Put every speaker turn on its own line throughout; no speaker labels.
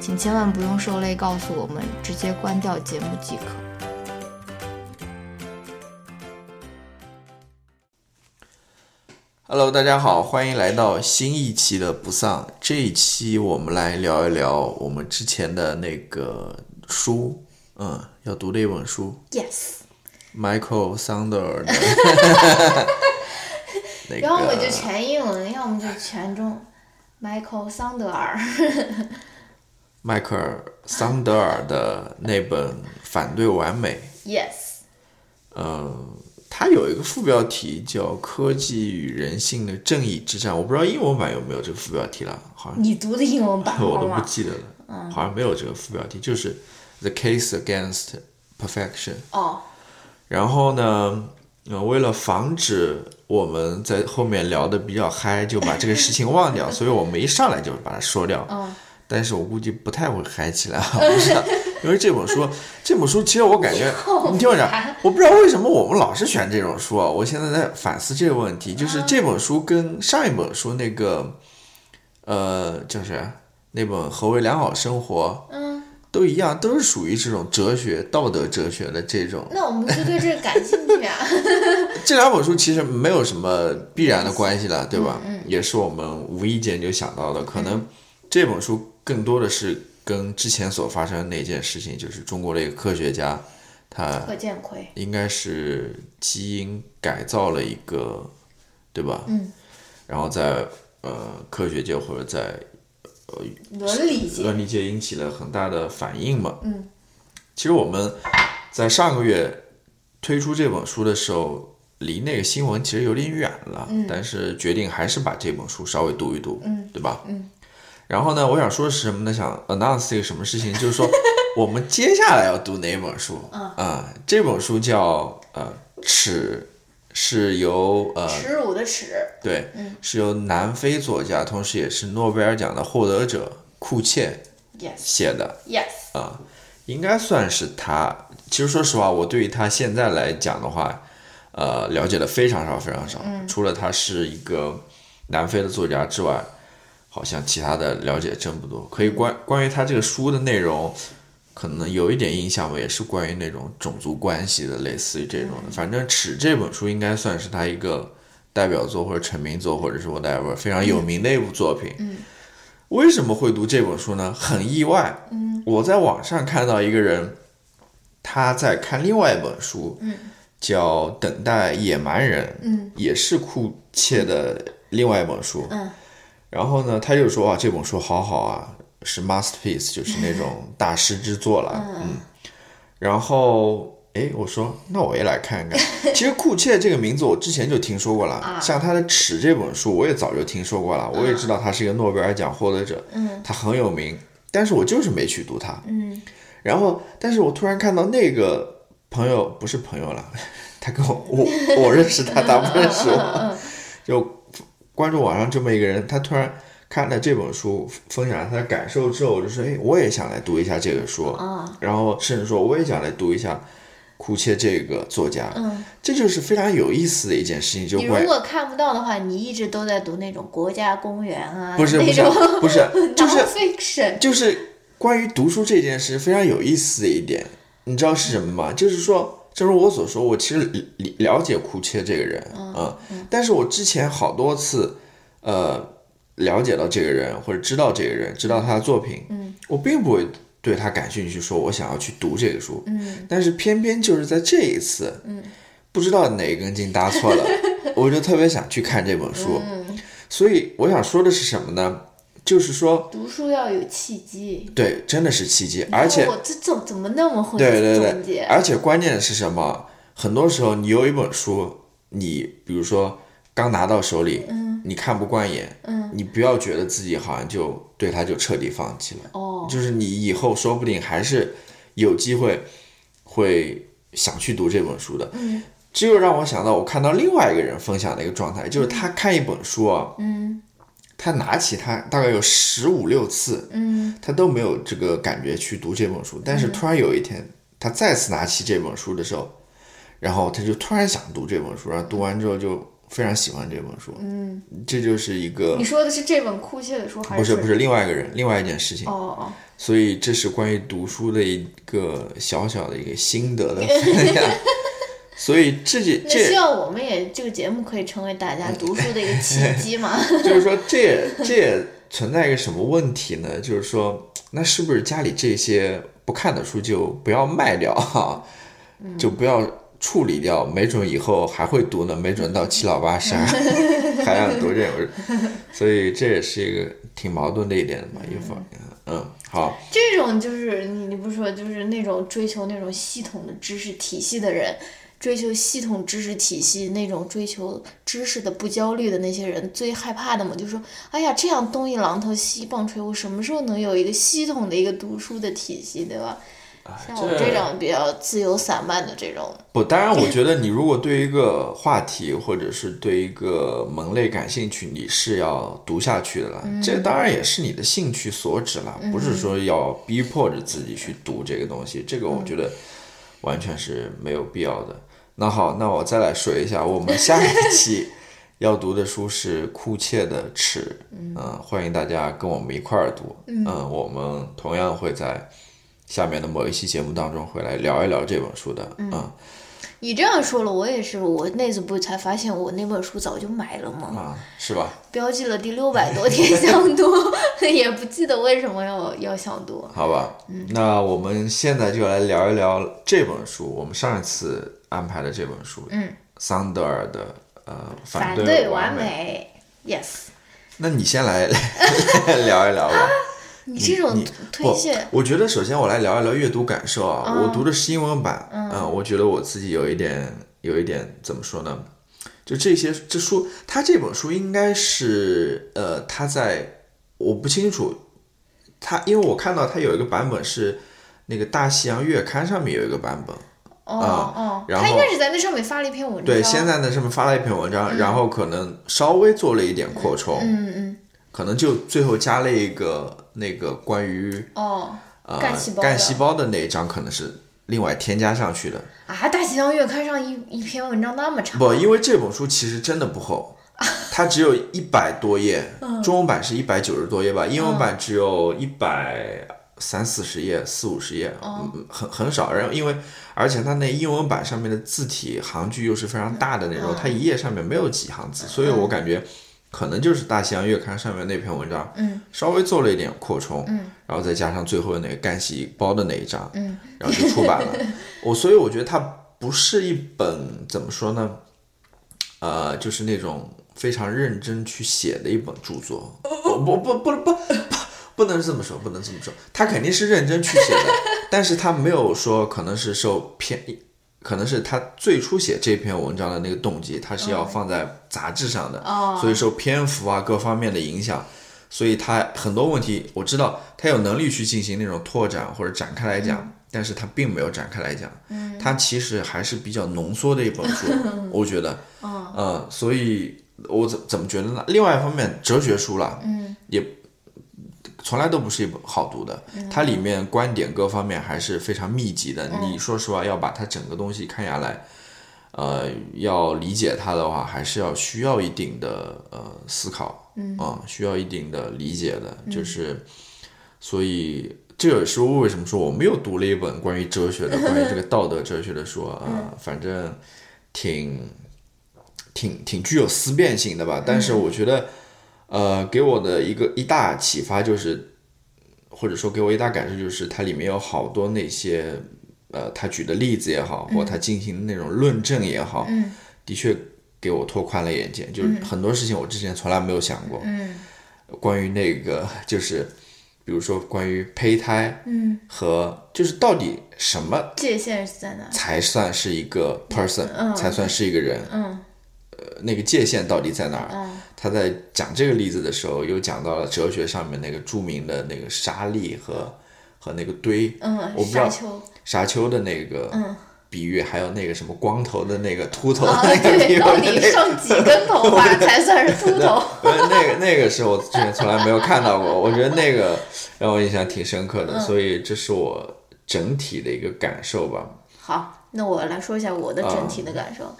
请千万不用受累告诉我们，直接关掉节目即可。
Hello，大家好，欢迎来到新一期的不丧。这一期我们来聊一聊我们之前的那个书，嗯，要读的一本书
Yes。
，Michael Sander 的那
要么就
个
全英文，要么就全中。Michael 桑德尔，
迈克尔桑德尔的那本《反对完美》。
yes，
嗯，它有一个副标题叫《科技与人性的正义之战》，我不知道英文版有没有这个副标题了，好像
你读的英文版
嗯 我
好
都不
吗？
记得了，好像没有这个副标题，就是《The Case Against Perfection》。
哦，
然后呢，呃，为了防止我们在后面聊的比较嗨，就把这个事情忘 掉，所以我们一上来就把它说掉。
嗯
但是我估计不太会嗨起 来，啊，不知道因为这本书，这本书其实我感觉，你听我讲，我不知道为什么我们老是选这种书啊。我现在在反思这个问题，
嗯
就是这本书跟上一本书那个，呃，叫谁啊？那本《何为良好生活》
嗯，
都一样，都是属于这种哲学、道德哲学的这种
那我们就对这个感兴趣啊。
这两本书其实没有什么必然的关系了，对吧？也是我们无意间就想到的。可能这本书更多的是跟之前所发生的那件事情，就是中国的一个科学家，他
贺建奎，
应该是基因改造了一个，对吧？
嗯，
然后在呃科学界或者在
伦理界，
伦理界引起了很大的反应嘛。
嗯，
其实我们在上个月推出这本书的时候，离那个新闻其实有点远了，
嗯
但是决定还是把这本书稍微读一读，
嗯
对吧？
嗯。
然后呢，我想说的是什么呢？想 announce 一个什么事情，就 是说我们接下来要读哪本书
嗯
啊、这本书叫呃《齿》，是由呃
耻辱的耻，
对，是由南非作家，同时也是诺贝尔奖的获得者库切
yes
写的。
yes，
应该算是他。其实说实话，我对于他现在来讲的话，呃，了解的非常少，非常少。除了他是一个南非的作家之外，好像其他的了解真不多。可以关关于他这个书的内容，可能有一点印象吧，也是关于那种种族关系的，类似于这种的。反正《耻》这本书应该算是他一个代表作或者成名作，或者是 whatever 非常有名的一部作品。为什么会读这本书呢？很意外。嗯，我在网上看到一个人，他在看另外一本书，嗯，叫《等待野蛮人》，
嗯，
也是库切的另外一本书。
嗯，
然后呢，他就说啊，这本书好好啊，是 masterpiece，就是那种大师之作了。嗯，然后。诶，我说，那我也来看看。其实库切这个名字我之前就听说过了，像他的《尺》这本书，我也早就听说过了，我也知道他是一个诺贝尔奖获得者，
嗯
他很有名，但是我就是没去读它。
嗯
然后，但是我突然看到那个朋友不是朋友了，他跟我我我认识他，他不认识
嗯
我， 就关注网上这么一个人，他突然看了这本书，分享了他的感受之后，我就说，哎，我也想来读一下这个书，
啊
然后甚至说我也想来读一下库切这个作家，
嗯，
这就是非常有意思的一件事情，就
你如
关
果看不到的话，你一直都在读那种国家公园啊，
不是不
那
是
种
不是， 就是
fiction，
就是关于读书这件事非常有意思的一点，你知道是什么吗？就是说，正如我所说，我其实了了解库切这个人
嗯
啊、但是我之前好多次，呃，了解到这个人或者知道这个人，知道他的作品，
嗯，
我并不会对他感兴趣，说我想要去读这个书，
嗯
但是偏偏就是在这一次，
嗯
不知道哪根筋搭错了， 我就特别想去看这本书。
嗯，
所以我想说的是什么呢？就是说，
读书要有契机，哦
对，真的是契机，而且
我这怎怎么那么会
对对
总
对，
结？
而且关键是什么？很多时候你有一本书，你比如说刚拿到手里，
嗯
你看不惯眼，
嗯
你不要觉得自己好像就对它就彻底放弃了，
哦，
就是你以后说不定还是有机会会想去读这本书的。
嗯
这又让我想到，我看到另外一个人分享的一个状态，就是他看一本书啊，
嗯
他拿起它大概有十五六次，
嗯
他都没有这个感觉去读这本书，但是突然有一天，他再次拿起这本书的时候，然后他就突然想读这本书，然后读完之后就非常喜欢这本书，
嗯，
这就是一个
你说的是这本枯谢的书还
呃不是不
不
是另外一个人，另外一件事情，
哦哦，
所以这是关于读书的一个小小的一个心得的分 享，所以这这
那希
这
望我们也这个节目可以成为大家读书的一个契机 嘛？
就是说这也这也存在一个什么问题呢？就是说那是不是家里这些不看的书就不要卖掉哈、 就不要处理掉，没准以后还会读呢，没准到七老八十还还想读这种，所以这也是一个挺矛盾的一点吧，一方面，嗯，好，
这种就是你你不说，就是那种追求那种系统的知识体系的人，追求系统知识体系那种追求知识的不焦虑的那些人，最害怕的嘛，就是说，哎呀，这样东一榔头西一棒槌，我什么时候能有一个系统的一个读书的体系，对吧？像我这种比较自由散漫的这种，
不，当然，我觉得你如果对一个话题或者是对一个门类感兴趣，你是要读下去的啦。这当然也是你的兴趣所指啦，不是说要逼迫着自己去读这个东西。这个我觉得完全是没有必要的。那好，那我再来说一下，我们下一 期要读的书是库切的《尺》，嗯、欢迎大家跟我们一块儿读。嗯、我们同样会在下面的某一期节目当中会来聊一聊这本书的。嗯
你这样说了，我也是，我那次不才发现我那本书早就买了吗？
啊，是吧？
标记了第六百多天想读， 也不记得为什么要要想读。
好吧，那我们现在就来聊一聊这本书，我们上一次安排的这本书，
嗯，
桑德尔的呃
反
对
完
美。
美，yes。
那你先来 来聊一聊吧。
你这种
你
推嗯
不
卸，，
我觉得首先我来聊一聊阅读感受啊。我读的是英文版，嗯、我觉得我自己有一点，有一点怎么说呢？就这些，这书，他这本书应该是，呃，他在我不清楚，他因为我看到他有一个版本是那个《大西洋月刊》上面有一个版本，
哦
啊
哦，
然
他应
后
该是在那上面发了一篇文章。
对，现在呢上面发了一篇文章，然后可能稍微做了一点扩充，
嗯嗯，
可能就最后加了一个那个关于
哦，
呃
干细胞的
干细胞的那一章可能是另外添加上去的。
啊，大西洋月刊上一一篇文章那么长，
不，因为这本书其实真的 不厚，它只有一百多页，
嗯
中文版是一百九十多页吧，英文版只有一百三四十页、四五十页，
哦
嗯很很少。然后因为而且它那英文版上面的字体行距又是非常大的那
嗯
种，它一页上面没有几行字，所以我感觉。可能就是《大西洋月刊》上面那篇文章，
嗯，
稍微做了一点扩充，
嗯，
然后再加上最后那个干细胞的那一章，
嗯，
然后就出版了。我所以我觉得它不是一本怎么说呢，呃，就是那种非常认真去写的一本著作。不不不不不不，不能这么说，不能这么说。他肯定是认真去写的， 但是他没有说可能是受偏，可能是他最初写这篇文章的那个动机，他是要放在杂志上的，
哦
所以受篇幅啊各方面的影响。所以他很多问题，我知道他有能力去进行那种拓展或者展开来讲，但是他并没有展开来讲，嗯、他其实还是比较浓缩的一本书，我觉得，嗯、所以我怎怎么觉得呢？另外一方面，哲学书啦，
嗯，
也从来都不是一本好读的，它里面观点各方面还是非常密集的。你说实话，要把它整个东西看下来，呃，要理解它的话，还是要需要一定的呃思考，嗯、需要一定的理解的，就是、所以。这也是为什么说我们又读了一本关于哲学的、关于这个道德哲学的书啊、反正挺挺挺具有思辨
嗯
性的吧。但是我觉得，呃，给我的一个一大启发就是，或者说给我一大感受就是它里面有好多那些呃他举的例子也好，或他进行的那种论证也好，
嗯
的确给我拓宽了眼界，就是很多事情我之前从来没有想过，
嗯
关于那个就是比如说关于胚胎
嗯，
和就是到底什么
界限是在哪？
才算是一个 person，、才算是一个人，
嗯
呃那个界限到底在哪儿？
嗯
他在讲这个例子的时候，又讲到了哲学上面那个著名的那个沙粒和和那个堆，我
嗯，
不知道
沙丘，
沙丘的那个
嗯
比喻，还有那个什么光头的那个秃头
啊
的那个比
对，
喻，
到底上几根头发才算是 秃头？
不是那个那个是我之前从来没有看到过，我觉得那个让我印象挺深刻的，
嗯
所以这是我整体的一个感受吧。
好，那我来说一下我的整体的感受。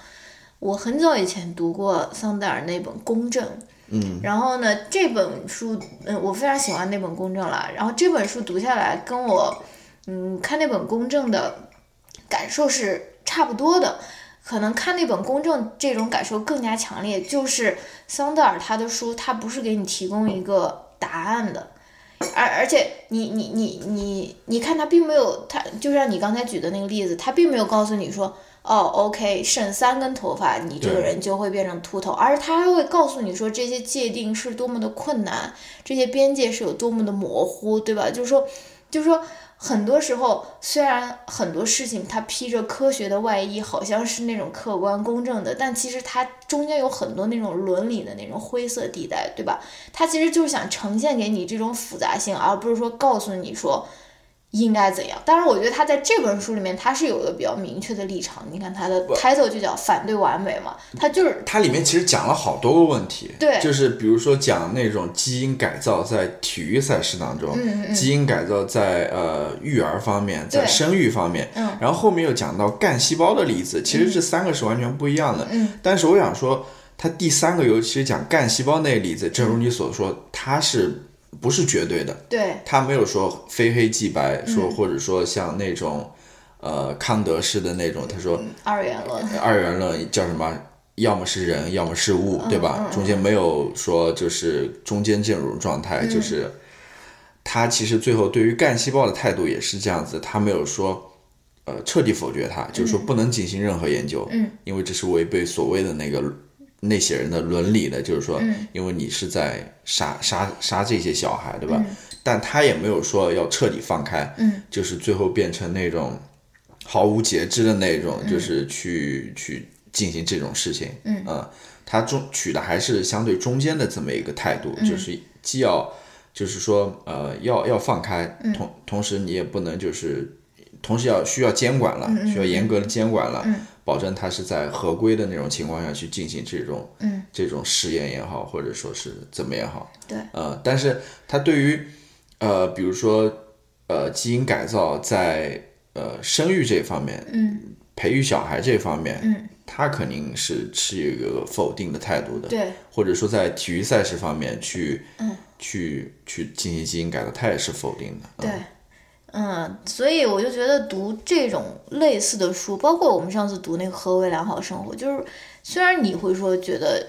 我很早以前读过桑德尔那本《公正》，嗯，然后呢，这本书，嗯，我非常喜欢那本《公正》啦。然后这本书读下来，跟我，嗯，看那本《公正》的感受是差不多的。可能看那本《公正》这种感受更加强烈，就是桑德尔他的书，他不是给你提供一个答案的，而而且你你你你你看他并没有，他就像你刚才举的那个例子，他并没有告诉你说，哦，OK，剩三根头发，你这个
对
人就会变成秃头，而是他会告诉你说这些界定是多么的困难，这些边界是有多么的模糊，对吧？就是说，就是说。很多时候，虽然很多事情它披着科学的外衣，好像是那种客观公正的，但其实它中间有很多那种伦理的那种灰色地带，对吧？它其实就是想呈现给你这种复杂性，而不是说告诉你说应该怎样。当然，我觉得他在这本书里面，他是有一个比较明确的立场。你看他的 title 就叫“反对完美”嘛，他就是
它里面其实讲了好多个问题，
对
就是比如说讲那种基因改造在体育赛事当中，
嗯嗯
基因改造在呃育儿方面，
对
在生育方面，
嗯
然后后面又讲到干细胞的例子，其实这三个是完全不一样的，
嗯
但是我想说，它第三个尤其是讲干细胞那个例子，正如你所说，它是不是绝对的？
对
他没有说非黑即白，说
嗯
或者说像那种，呃，康德式的那种，他说
二元论。
二元论叫什么？要么是人，要么是物，对
嗯
吧？中间没有说就是中间这种状态，
嗯
就是他其实最后对于干细胞的态度也是这样子，他没有说呃彻底否决它，就是说不能进行任何研究，
嗯
因为这是违背所谓的那个那些人的伦理的，就是说，
嗯
因为你是在杀杀杀这些小孩，对吧？但他也没有说要彻底放开，
嗯，
就是最后变成那种毫无节制的那种，就是去、去进行这种事情，
嗯
呃他中取的还是相对中间的这么一个态度，就是既要就是说呃要要放开，
嗯
同同时你也不能就是。同时要需要监管
嗯
了，需要严格的监管了，保证它是在合规的那种情况下去进行这种
嗯
这种实验也好，或者说是怎么也好，
对，
呃，但是它对于呃，比如说呃，基因改造在呃生育这方面，
嗯，
培育小孩这方面，
嗯，
他肯定是持一个否定的态度的，
对，
或者说在体育赛事方面去，嗯，去去进行基因改造，他也是否定的，
对
嗯，
嗯，所以我就觉得读这种类似的书，包括我们上次读那个《何为良好生活》，就是虽然你会说觉得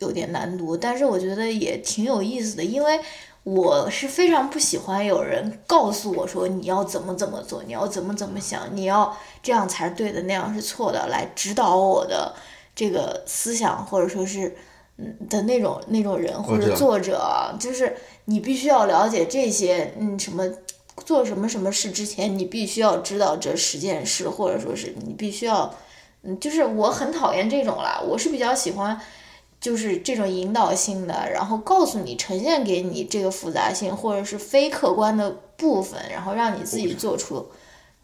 有点难读，但是我觉得也挺有意思的，因为我是非常不喜欢有人告诉我说你要怎么怎么做，你要怎么怎么想，你要这样才是对的，那样是错的，来指导我的这个思想或者说是嗯的那种那种人或
知
者
道
作者啊，就是你必须要了解这些，嗯，什么。做什么什么事之前，你必须要知道这十件事，或者说是你必须要，嗯，就是我很讨厌这种啦，我是比较喜欢，就是这种引导性的，然后告诉你、呈现给你这个复杂性或者是非客观的部分，然后让你自己做出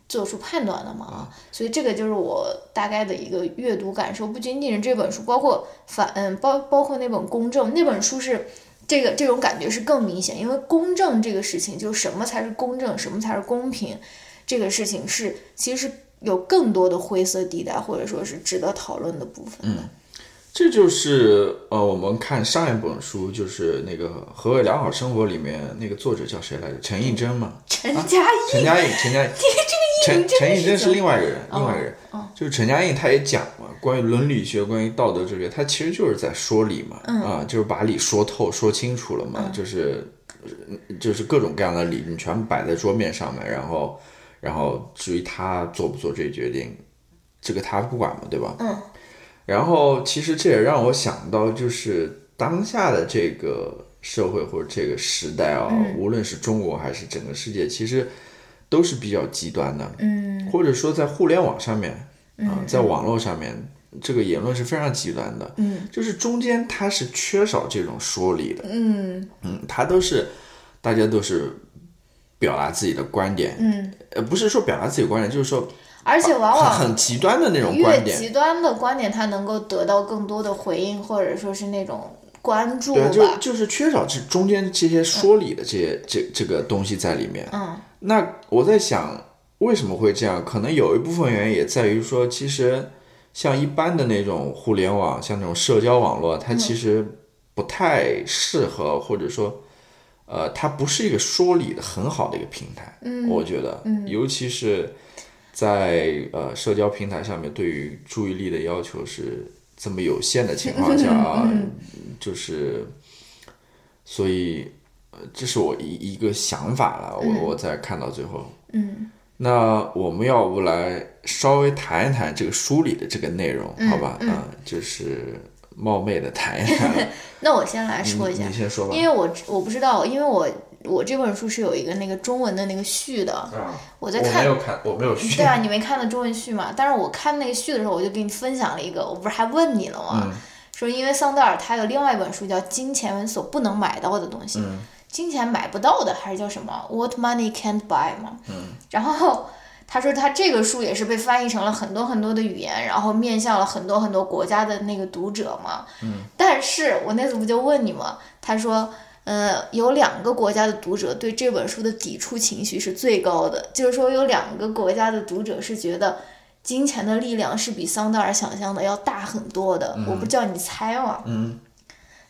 做出判断的嘛。所以这个就是我大概的一个阅读感受，不仅仅是这本书，包括反嗯包包括那本《公正》那本书是。这个这种感觉是更明显，因为公正这个事情，就是什么才是公正，什么才是公平，这个事情是其实是有更多的灰色地带，或者说是值得讨论的部分 的。
这就是呃，我们看上一本书，就是那个《何为良好生活》里面那个作者叫谁来着？陈映真嘛，
陈嘉映
陈嘉映，陈嘉映，
这个
陈
艺名真的
陈映
是
真
怎
是
么哦
另外一个人，另外一个人，就是陈嘉映，他也讲嘛，关于伦理学，关于道
嗯
德哲学，他其实就是在说理嘛，啊，就是把理说透、说清楚了嘛，就是就是各种各样的理论全部摆在桌面上面，然后，然后至于他做不做这决定，这个他不管嘛，对吧？
嗯。
然后，其实这也让我想到，就是当下的这个社会或者这个时代啊，
嗯
无论是中国还是整个世界，其实都是比较极端的，
嗯
或者说在互联网上面啊、在网络上面，这个言论是非常极端的。
嗯
就是中间它是缺少这种说理的，
嗯
嗯，它都是大家都是表达自己的观点，
嗯，
呃，不是说表达自己观点，就是说
而且往
很
往
很极端的那种
越
观点，
极端的观点，它能够得到更多的回应，或者说是那种关注
对，啊就
吧。
就是缺少这中间这些说理的这些这这个东西在里面。
嗯
那我在想，为什么会这样？可能有一部分原因也在于说，其实像一般的那种互联网，像那种社交网
嗯
络，它其实不太适合，或者说，呃，它不是一个说理的很好的一个平台。
嗯
我觉得，尤其是在呃社交平台上面，对于注意力的要求是这么有限的情况下啊，就是，所以。呃这是我一一个想法了，我我再看到最后，
嗯
那我们要不来稍微谈一谈这个书里的这个内容，好吧？嗯、就是冒昧的谈一谈。
那我先来说一下
你，你先说吧。
因为我我不知道，因为我我这本书是有一个那个中文的那个序的，
啊，
我在
我
看
没有看，我没有学。
对啊，你没看到中文序嘛？但是我看那个序的时候，我就给你分享了一个，我不是还问你了吗？说因为桑德尔他有另外一本书叫《金钱们所不能买到的东西》，金钱买不到的还是叫什么 “What money can't buy” 嘛？嗯，然后。他说他这个书也是被翻译成了很多很多的语言，然后面向了很多很多国家的那个读者嘛。嗯，但是我那次不就问你吗？他说，呃，有两个国家的读者对这本书的抵触情绪是最高的，就是说有两个国家的读者是觉得金钱的力量是比桑德尔想象的要大很多的。我不叫你猜嘛。
嗯。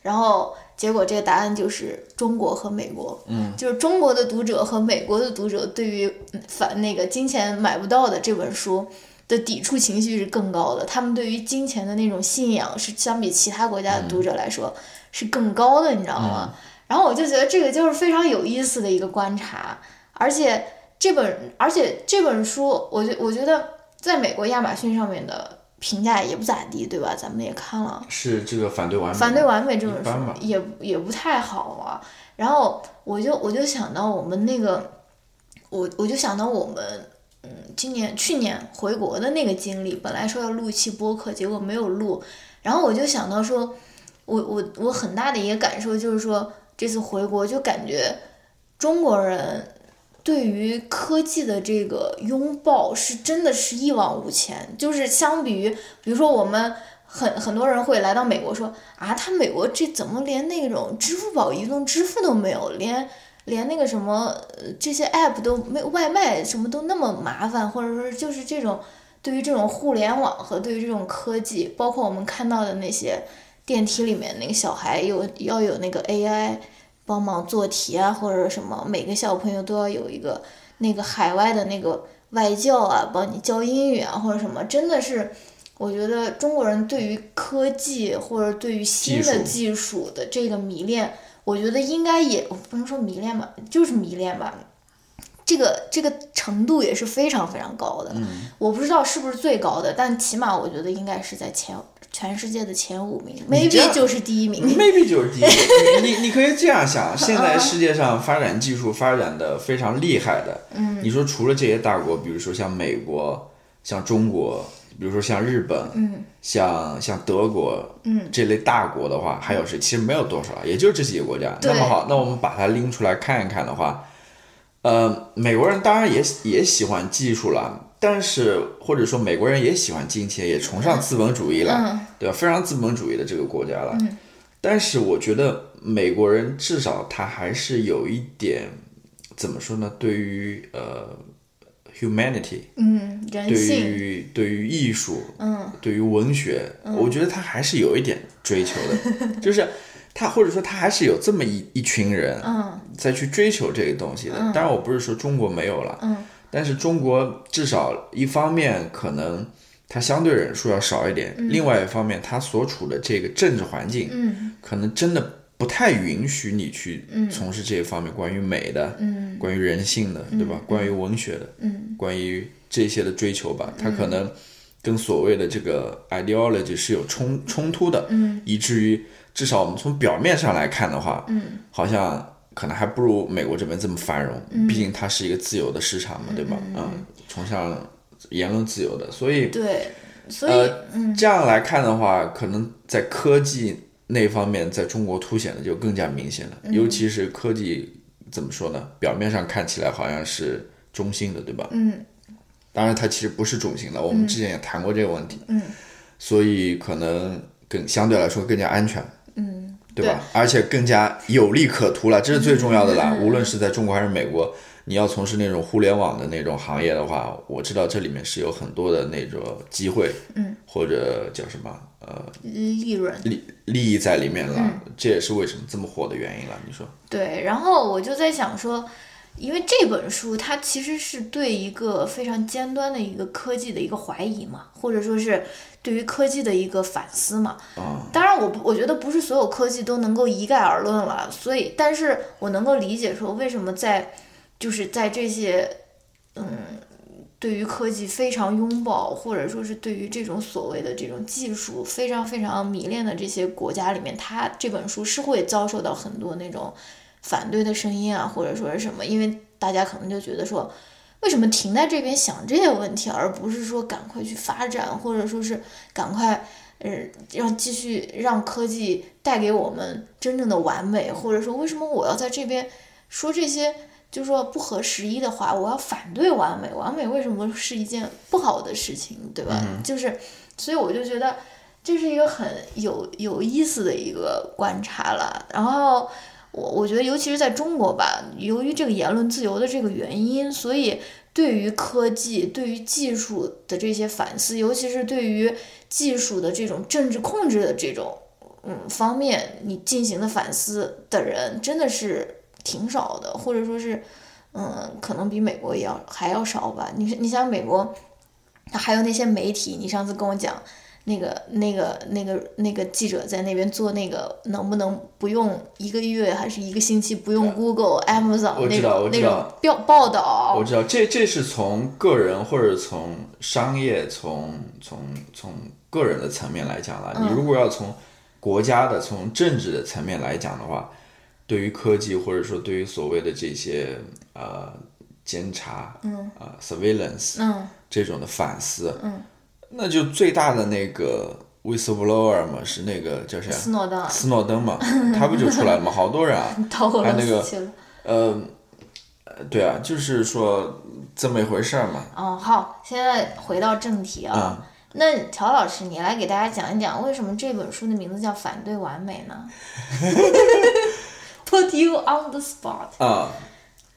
然后结果这个答案就是中国和美国。嗯。就是中国的读者和美国的读者对于嗯反那个金钱买不到的这本书。的抵触情绪是更高的，他们对于金钱的那种信仰是相比其他国家的读者来说是更高的，你知道吗？然后我就觉得这个就是非常有意思的一个观察，而且这本而且这本书，我觉我觉得在美国亚马逊上面的评价也不咋地，对吧？咱们也看了，啊
是这个反对完美。
反对完美这本
一
书
般吧
也也不太好啊。然后我就我就想到我们那个，我我就想到我们嗯，今年去年回国的那个经历，本来说要录一期播客，结果没有录。然后我就想到说，我我我很大的一个感受就是说，这次回国就感觉中国人对于科技的这个拥抱是真的是一往无前，就是相比于，比如说我们很很多人会来到美国说啊，他美国这怎么连那种支付宝、移动支付都没有，连连那个什么呃这些 app 都没有，外卖什么都那么麻烦，或者说就是这种对于这种互联网和对于这种科技，包括我们看到的那些电梯里面那个小孩有要有那个 AI。帮忙做题啊，或者什么，每个小朋友都要有一个那个海外的那个外教啊，帮你教英语啊，或者什么，真的是，我觉得中国人对于科技或者对于新的
技术
技术的这个迷恋，我觉得应该也不能说迷恋吧，就是迷恋吧。这个这个程度也是非常非常高的，
嗯
我不知道是不是最高的，但起码我觉得应该是在前全世界的前五名
你这样
，maybe 就是第一名。
maybe 就是 第一个，你你你可以这样想，现
嗯
在世界上发展技术发展的非常厉害的，嗯，你说除了这些大国，比如说像美国、像中国，比如说像日本，嗯，像像德国，嗯，这类大国的话，还有谁？其实没有多少，也就这几个国家。
对
那么好，那我们把它拎出来看一看的话，呃，美国人当然也也喜欢技术了。但是，或者说美国人也喜欢金钱，也崇尚资本主义了，
嗯
对吧？非常资本主义的这个国家了。但是我觉得美国人至少他还是有一点怎么说呢？对于呃 humanity，
嗯，人
对
性，
于对于艺术，
嗯，
对于文学，我觉得他还是有一点追求 的，就是他或者说他还是有这么一一群人，
嗯，
再去追求这个东西的。当然，我不是说中国没有了，
嗯，
但是中国至少一方面可能它相对
嗯
人数要少一点，另外一方面它所处的这个政治环境，
嗯，
可能真的不太允许你去从事这一方面关于美的、
嗯
关于人性的，对吧？关于文学的，
嗯
关于这些的追求吧，它可能跟所谓的这个 ideology 是有冲冲突的，
嗯
以至于至少我们从表面上来看的话，
嗯
好像可能还不如美国这边这么繁荣，毕竟它是一个自由的市场嘛，对吧？嗯，崇尚言论自由的，所以
对，所以、
呃
嗯
这样来看的话，可能在科技那方面，在中国凸显的就更加明显了，尤其是科技怎么说呢？表面上看起来好像是中性的，对吧？
嗯
当然它其实不是中性的，我们之前也谈过这个问题，
嗯
所以可能更相对来说更加安全，
嗯
对吧？而且更加有利可图了，这是最重要的啦。无论是在中国还是美国，你要从事那种互联网的那种行业的话，我知道这里面是有很多的那种机会，
嗯，
或者叫什么呃
利润
利利益在里面了，这也是为什么这么火的原因了。你说，
对，然后我就在想说，因为这本书它其实是对一个非常尖端的一个科技的一个怀疑嘛，或者说是对于科技的一个反思嘛。当然我不，我觉得不是所有科技都能够一概而论了，所以，但是我能够理解说为什么在就是在这些嗯。对于科技非常拥抱，或者说是对于这种所谓的这种技术非常非常迷恋的这些国家里面，它这本书是会遭受到很多那种反对的声音啊，或者说是什么，因为大家可能就觉得说，为什么停在这边想这些问题，而不是说赶快去发展，或者说是赶快，呃，让继续让科技带给我们真正的完美，或者说为什么我要在这边说这些？就说不合时宜的话，我要反对完美。完美为什么是一件不好的事情，对吧？就是，所以我就觉得这是一个很有有意思的一个观察了。然后，我我觉得，尤其是在中国吧，由于这个言论自由的这个原因，所以对于科技、对于技术的这些反思，尤其是对于技术的这种政治控制的这种嗯方面，你进行的反思的人真的是挺少的，或者说是嗯，可能比美国也要还要少吧。你你想美国，它还有那些媒体，你上次跟我讲。那个、那个、那个、那个记者在那边做那个，能不能不用一个月还是一个星期不用 Google、Amazon
我
那
知道
种
我
那
知道
种标报道？
我知道这这是从个人或者从商业从从从个人的层面来讲了。你如果要从国家的从政治的层面来讲的话，对于科技或者说对于所谓的这些呃监察，嗯，呃 surveillance
嗯
这种的反思，嗯，那就最大的那个 whistleblower 嘛，是那个叫谁啊？
斯诺登啊
斯诺登嘛，他不就出来了吗？好多人啊，
到俄
还有
罗
那个
斯去了。
呃，对啊，就是说这么一回事儿嘛。
哦，好，现在回到正题啊。
啊
那乔老师，你来给大家讲一讲，为什么这本书的名字叫《反对完美》呢 ？Put you on the spot。
啊、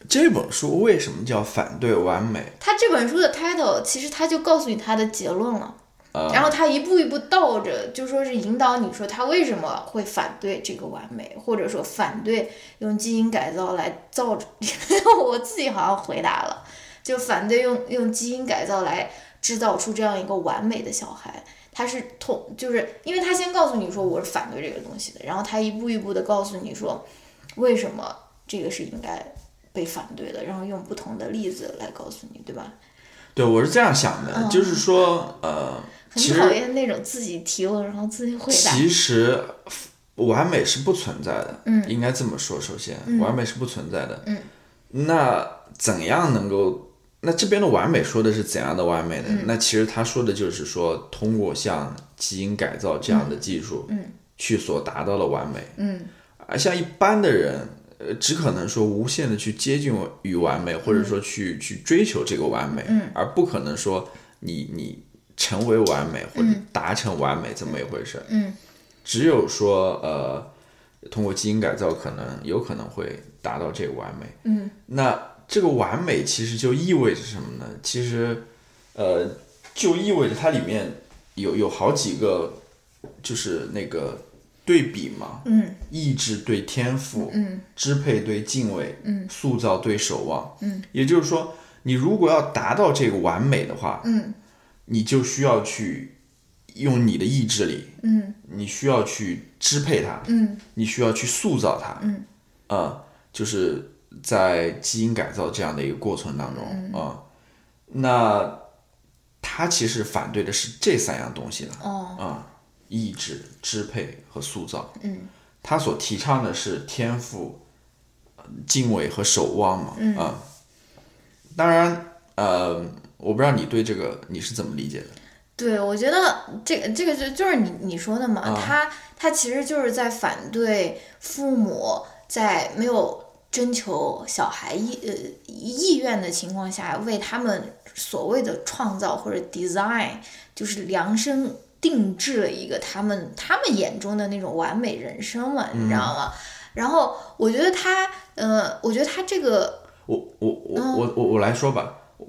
这本书为什么叫反对完美？
他这本书的 title 其实他就告诉你他的结论了，然后他一步一步倒着，就说是引导你说他为什么会反对这个完美，或者说反对用基因改造来造。 我自己好像回答了，就反对用用基因改造来制造出这样一个完美的小孩。他是通，就是因为他先告诉你说我是反对这个东西的，然后他一步一步的告诉你说为什么这个是应该被反对的，然后用不同的例子来告诉你，对吧？
对我是这样想的，就是说，呃，
哦很
其
讨
实
厌那种自己提问然后自己回答。
其实完美是不存在的，嗯，应该这么说。首先，完美是不存在的，嗯，那怎样能够？那这边的完美说的是怎样的完美呢？那其实他说的就是说，通过像基因改造这样的技术，嗯，去所达到的完美，
嗯
而像一般的人，呃，只可能说无限的去接近于完美，或者说去、去追求这个完美，而不可能说你你成为完美或者达成完美这么一回事。
嗯，
只有说呃，通过基因改造，可能有可能会达到这个完美。
嗯，
那这个完美其实就意味着什么呢？其实，呃，就意味着它里面有有好几个，就是那个对比嘛。
嗯
意志对天赋，
嗯，
支配对敬畏，
嗯，
塑造对守望，
嗯，
也就是说，你如果要达到这个完美的话，
嗯
你就需要去用你的意志力，
嗯
你需要去支配它，
嗯
你需要去塑造它，
嗯，
啊、就是在基因改造这样的一个过程当中
嗯
啊、那他其实反对的是这三样东西的啊、
哦
意志、支配和塑造。
嗯，
他所提倡的是天赋、呃敬畏和守望嘛，啊、
嗯
当然，呃，我不知道你对这个你是怎么理解的？
对，我觉得这个这个就就是你你说的
啊
嘛，他他其实就是在反对父母在没有征求小孩意呃意愿的情况下，为他们所谓的创造或者 design，就是量身定制了一个他们他们眼中的那种完美人生嘛，你知
嗯
道吗？然后我觉得他，呃，我觉得他这个，
我我我
嗯
我我我来说吧，我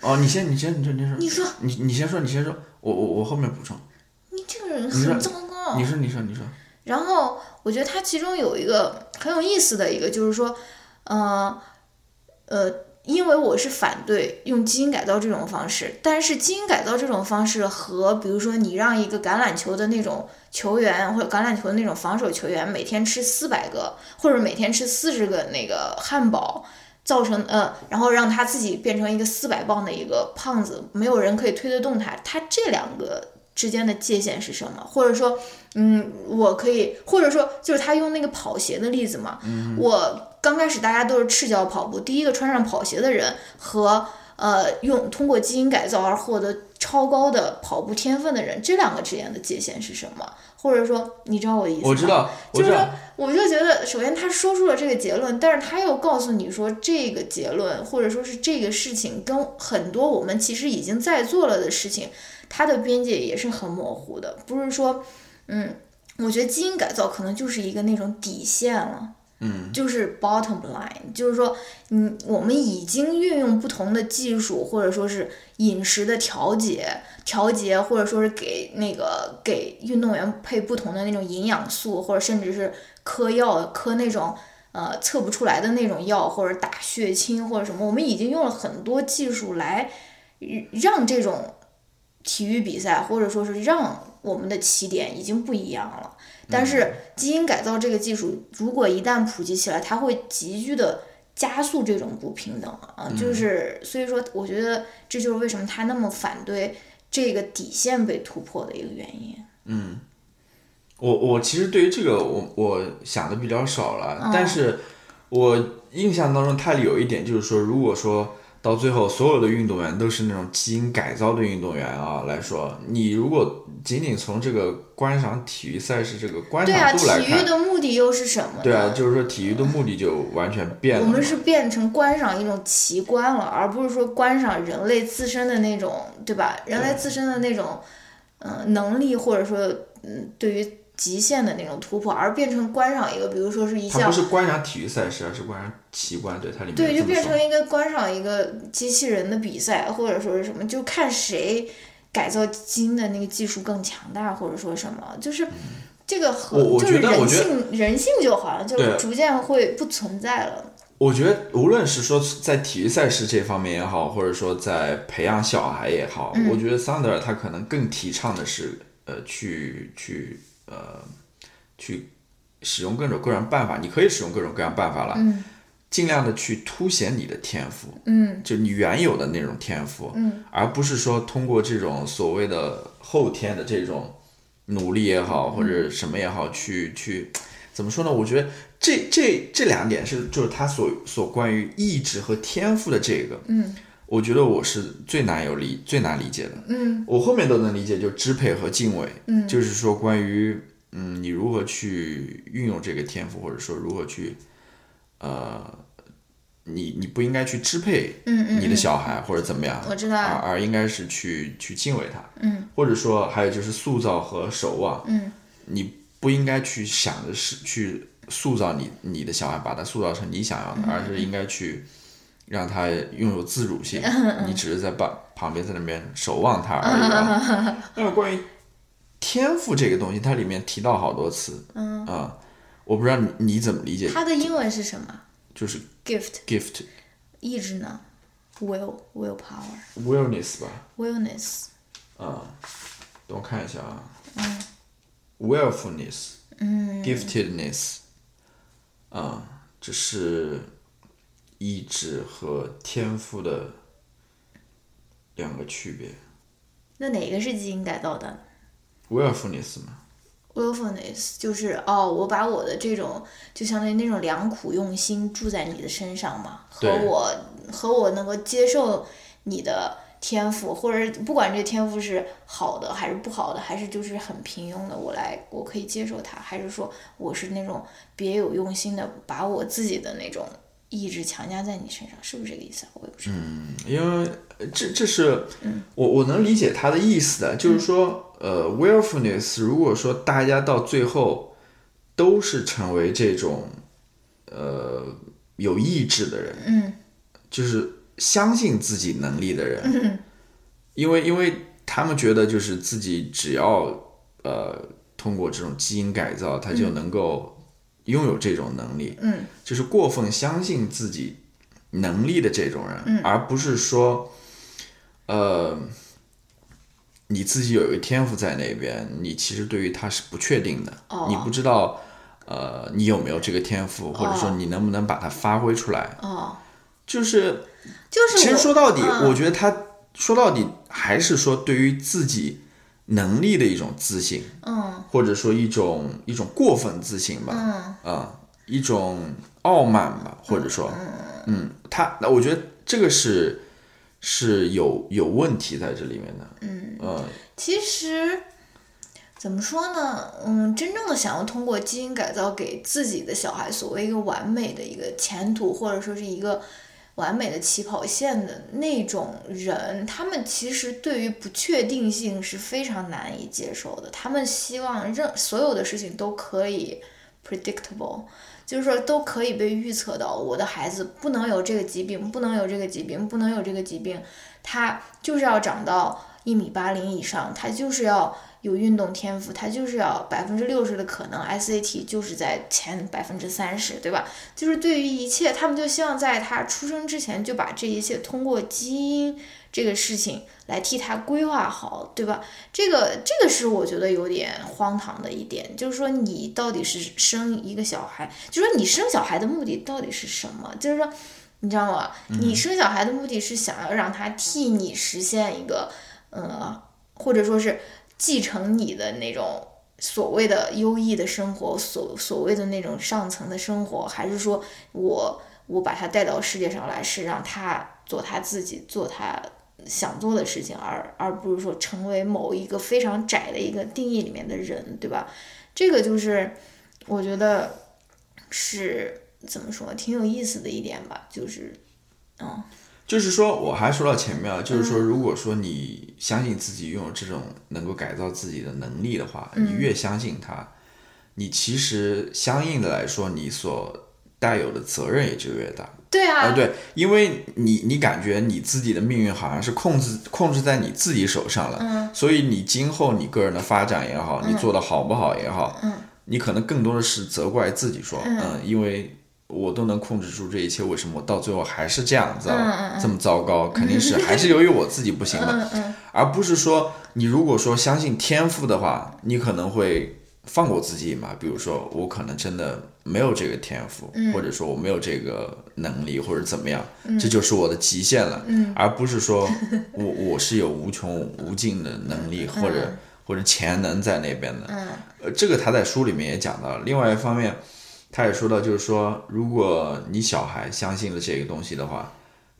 哦，你先你先你先你先说，
你说
你你先说你先说，我我我后面补充，
你这个人
你说
很糟糕。
你说你说你说，
然后我觉得它其中有一个很有意思的一个，就是说，呃，呃，因为我是反对用基因改造这种方式，但是基因改造这种方式和比如说你让一个橄榄球的那种球员或者橄榄球的那种防守球员每天吃四百个或者每天吃四十个那个汉堡。造成呃，然后让他自己变成一个四百磅的一个胖子，没有人可以推得动他。他这两个之间的界限是什么？或者说，嗯，我可以，或者说就是他用那个跑鞋的例子嘛，
嗯
我刚开始大家都是赤脚跑步，第一个穿上跑鞋的人和呃用通过基因改造而获得超高的跑步天分的人，这两个之间的界限是什么？或者说，你知道我的意思吗？
我知道我
就
知
是
道
说，，我就觉得，首先他说出了这个结论，但是他又告诉你说，这个结论或者说是这个事情跟很多我们其实已经在做了的事情，它的边界也是很模糊的。不是说，嗯，我觉得基因改造可能就是一个那种底线了。嗯，就是 bottom line，就是说，嗯，我们已经运用不同的技术，或者说是饮食的调节，调节，或者说是给那个给运动员配不同的那种营养素，或者甚至是嗑药，嗑那种呃测不出来的那种药，或者打血清或者什么，我们已经用了很多技术来让这种体育比赛，或者说是让我们的起点已经不一样了。但是基因改造这个技术，如果一旦普及起来，它会急剧的加速这种不平等啊，
嗯
就是所以说，我觉得这就是为什么他那么反对这个底线被突破的一个原因。
我我其实对于这个我我想的比较少了，
嗯
但是我印象当中它有一点就是说，如果说到最后所有的运动员都是那种基因改造的运动员啊来说，你如果仅仅从这个观赏体育赛事这个观
对啊，
赏度来
体育
看，
的目的又是什么呢？
对啊，就是说体育的目的就完全变了
我
嘛。
们是变成观赏一种奇观了，而不是说观赏人类自身的那种，对吧？人类自身的那种，嗯、能力或者说，嗯，对于极限的那种突破，而变成观赏一个，比如说是一
它
项
不是观赏体育赛事，而是观赏奇观。对，它里面
对，
有
就
这么
变
说
成一个观赏一个机器人的比赛，或者说是什么，就看谁改造基因的那个技术更强大，或者说什么，就是这个和
嗯我我
就是
觉得我
人
觉得
性，人性就好像就
对
逐渐会不存在了。
我觉得，无论是说在体育赛事这方面也好，或者说在培养小孩也好，
嗯
我觉得桑德尔他可能更提倡的是，呃，去去呃，去使用各种各样办法，你可以使用各种各样办法了，
嗯
尽量的去凸显你的天赋，
嗯
就你原有的那种天赋，
嗯，
而不是说通过这种所谓的后天的这种努力也好，或者什么也好，去去怎么说呢？我觉得这这这两点是就是他所所关于意志和天赋的这个，
嗯
我觉得我是最难有理最难理解的。
嗯
我后面都能理解，就支配和敬畏，
嗯
就是说关于嗯你如何去运用这个天赋，或者说如何去呃。你你不应该去支配
嗯嗯，
你的
嗯
小孩或者怎么样，
我知道
而而应该是去去敬畏他，
嗯
或者说还有就是塑造和守望，
嗯
你不应该去想着是去塑造你你的小孩，把他塑造成你想
嗯
要的，而是应该去让他拥有 自主性，你只是在把旁边在那边守望他而已、啊。 那么关于天赋这个东西，它里面提到好多次，
嗯，
啊、我不知道你你怎么理解，
它的英文是什么
就是
？gift
gift
意志呢？will willpower
willness 吧，
willness，
啊、等我看一下啊。willfulness，嗯，giftedness，啊、这是意志和天赋的两个区别。
那哪个是基因改造的
willfulness 嘛，
？willfulness 就是哦，我把我的这种就相当于那种良苦用心住在你的身上嘛，和
对
我和我能够接受你的天赋，或者不管这天赋是好的还是不好的，还是就是很平庸的，我来我可以接受它，还是说我是那种别有用心的把我自己的那种意志强加在你身上，是不是这个意思啊？我也不知
嗯
道。
因为呃这这是
嗯
我我能理解他的意思的，就是说，呃，willfulness，如果说大家到最后都是成为这种呃有意志的人，
嗯，
就是相信自己能力的人，因为因为他们觉得就是自己只要呃通过这种基因改造，他就能够拥有这种能力，
嗯，
就是过分相信自己能力的这种人，而不是说，呃，你自己有一个天赋在那边，你其实对于它是不确定的，
哦
你不知道，呃，你有没有这个天赋，或者说你能不能把它发挥出来，
哦，
就是
就是
其实
我
说到底，
嗯
我觉得他说到底还是说对于自己能力的一种自信，
嗯
或者说一种一种过分自信吧，啊、
嗯
一种傲慢吧，或者说，嗯，他那我觉得这个是是有有问题在这里面的，嗯
其实怎么说呢？嗯，真正的想要通过基因改造给自己的小孩所谓一个完美的一个前途，或者说是一个完美的起跑线的那种人，他们其实对于不确定性是非常难以接受的。他们希望任所有的事情都可以 predictable。就是说都可以被预测到，我的孩子不能有这个疾病，不能有这个疾病，不能有这个疾病，他就是要长到一米八零以上，他就是要有运动天赋，他就是要百分之六十的可能 SAT 就是在前百分之三十，对吧？就是对于一切，他们就希望在他出生之前就把这一切通过基因这个事情来替他规划好，对吧？这个这个是我觉得有点荒唐的一点，就是说你到底是生一个小孩，就是说你生小孩的目的到底是什么？就是说。你知道吗？你生小孩的目的是想要让他替你实现一个，呃，或者说是继承你的那种所谓的优异的生活，所所谓的那种上层的生活，还是说我我把他带到世界上来，是让他做他自己，做他想做的事情，而而不是说成为某一个非常窄的一个定义里面的人，对吧？这个就是我觉得是怎么说，挺有意思的一点吧，就是
就是说，我还说到前面啊，就是说，如果说你相信自己拥有这种能够改造自己的能力的话，你越相信它，你其实相应的来说，你所带有的责任也就越大。
对啊，
啊，对，因为你你感觉你自己的命运好像是控制控制在你自己手上了，所以你今后你个人的发展也好，你做的好不好也好，你可能更多的是责怪自己说，嗯因为我都能控制住这一切，为什么我到最后还是这样子啊，这么糟糕，肯定是还是由于我自己不行了，而不是说你如果说相信天赋的话，你可能会放过自己嘛？比如说我可能真的没有这个天赋，或者说我没有这个能力，或者怎么样，这就是我的极限了，而不是说我我是有无穷无尽的能力或者、或者潜能在那边的。呃，这个他在书里面也讲到了。另外一方面，他也说到，就是说，如果你小孩相信了这个东西的话，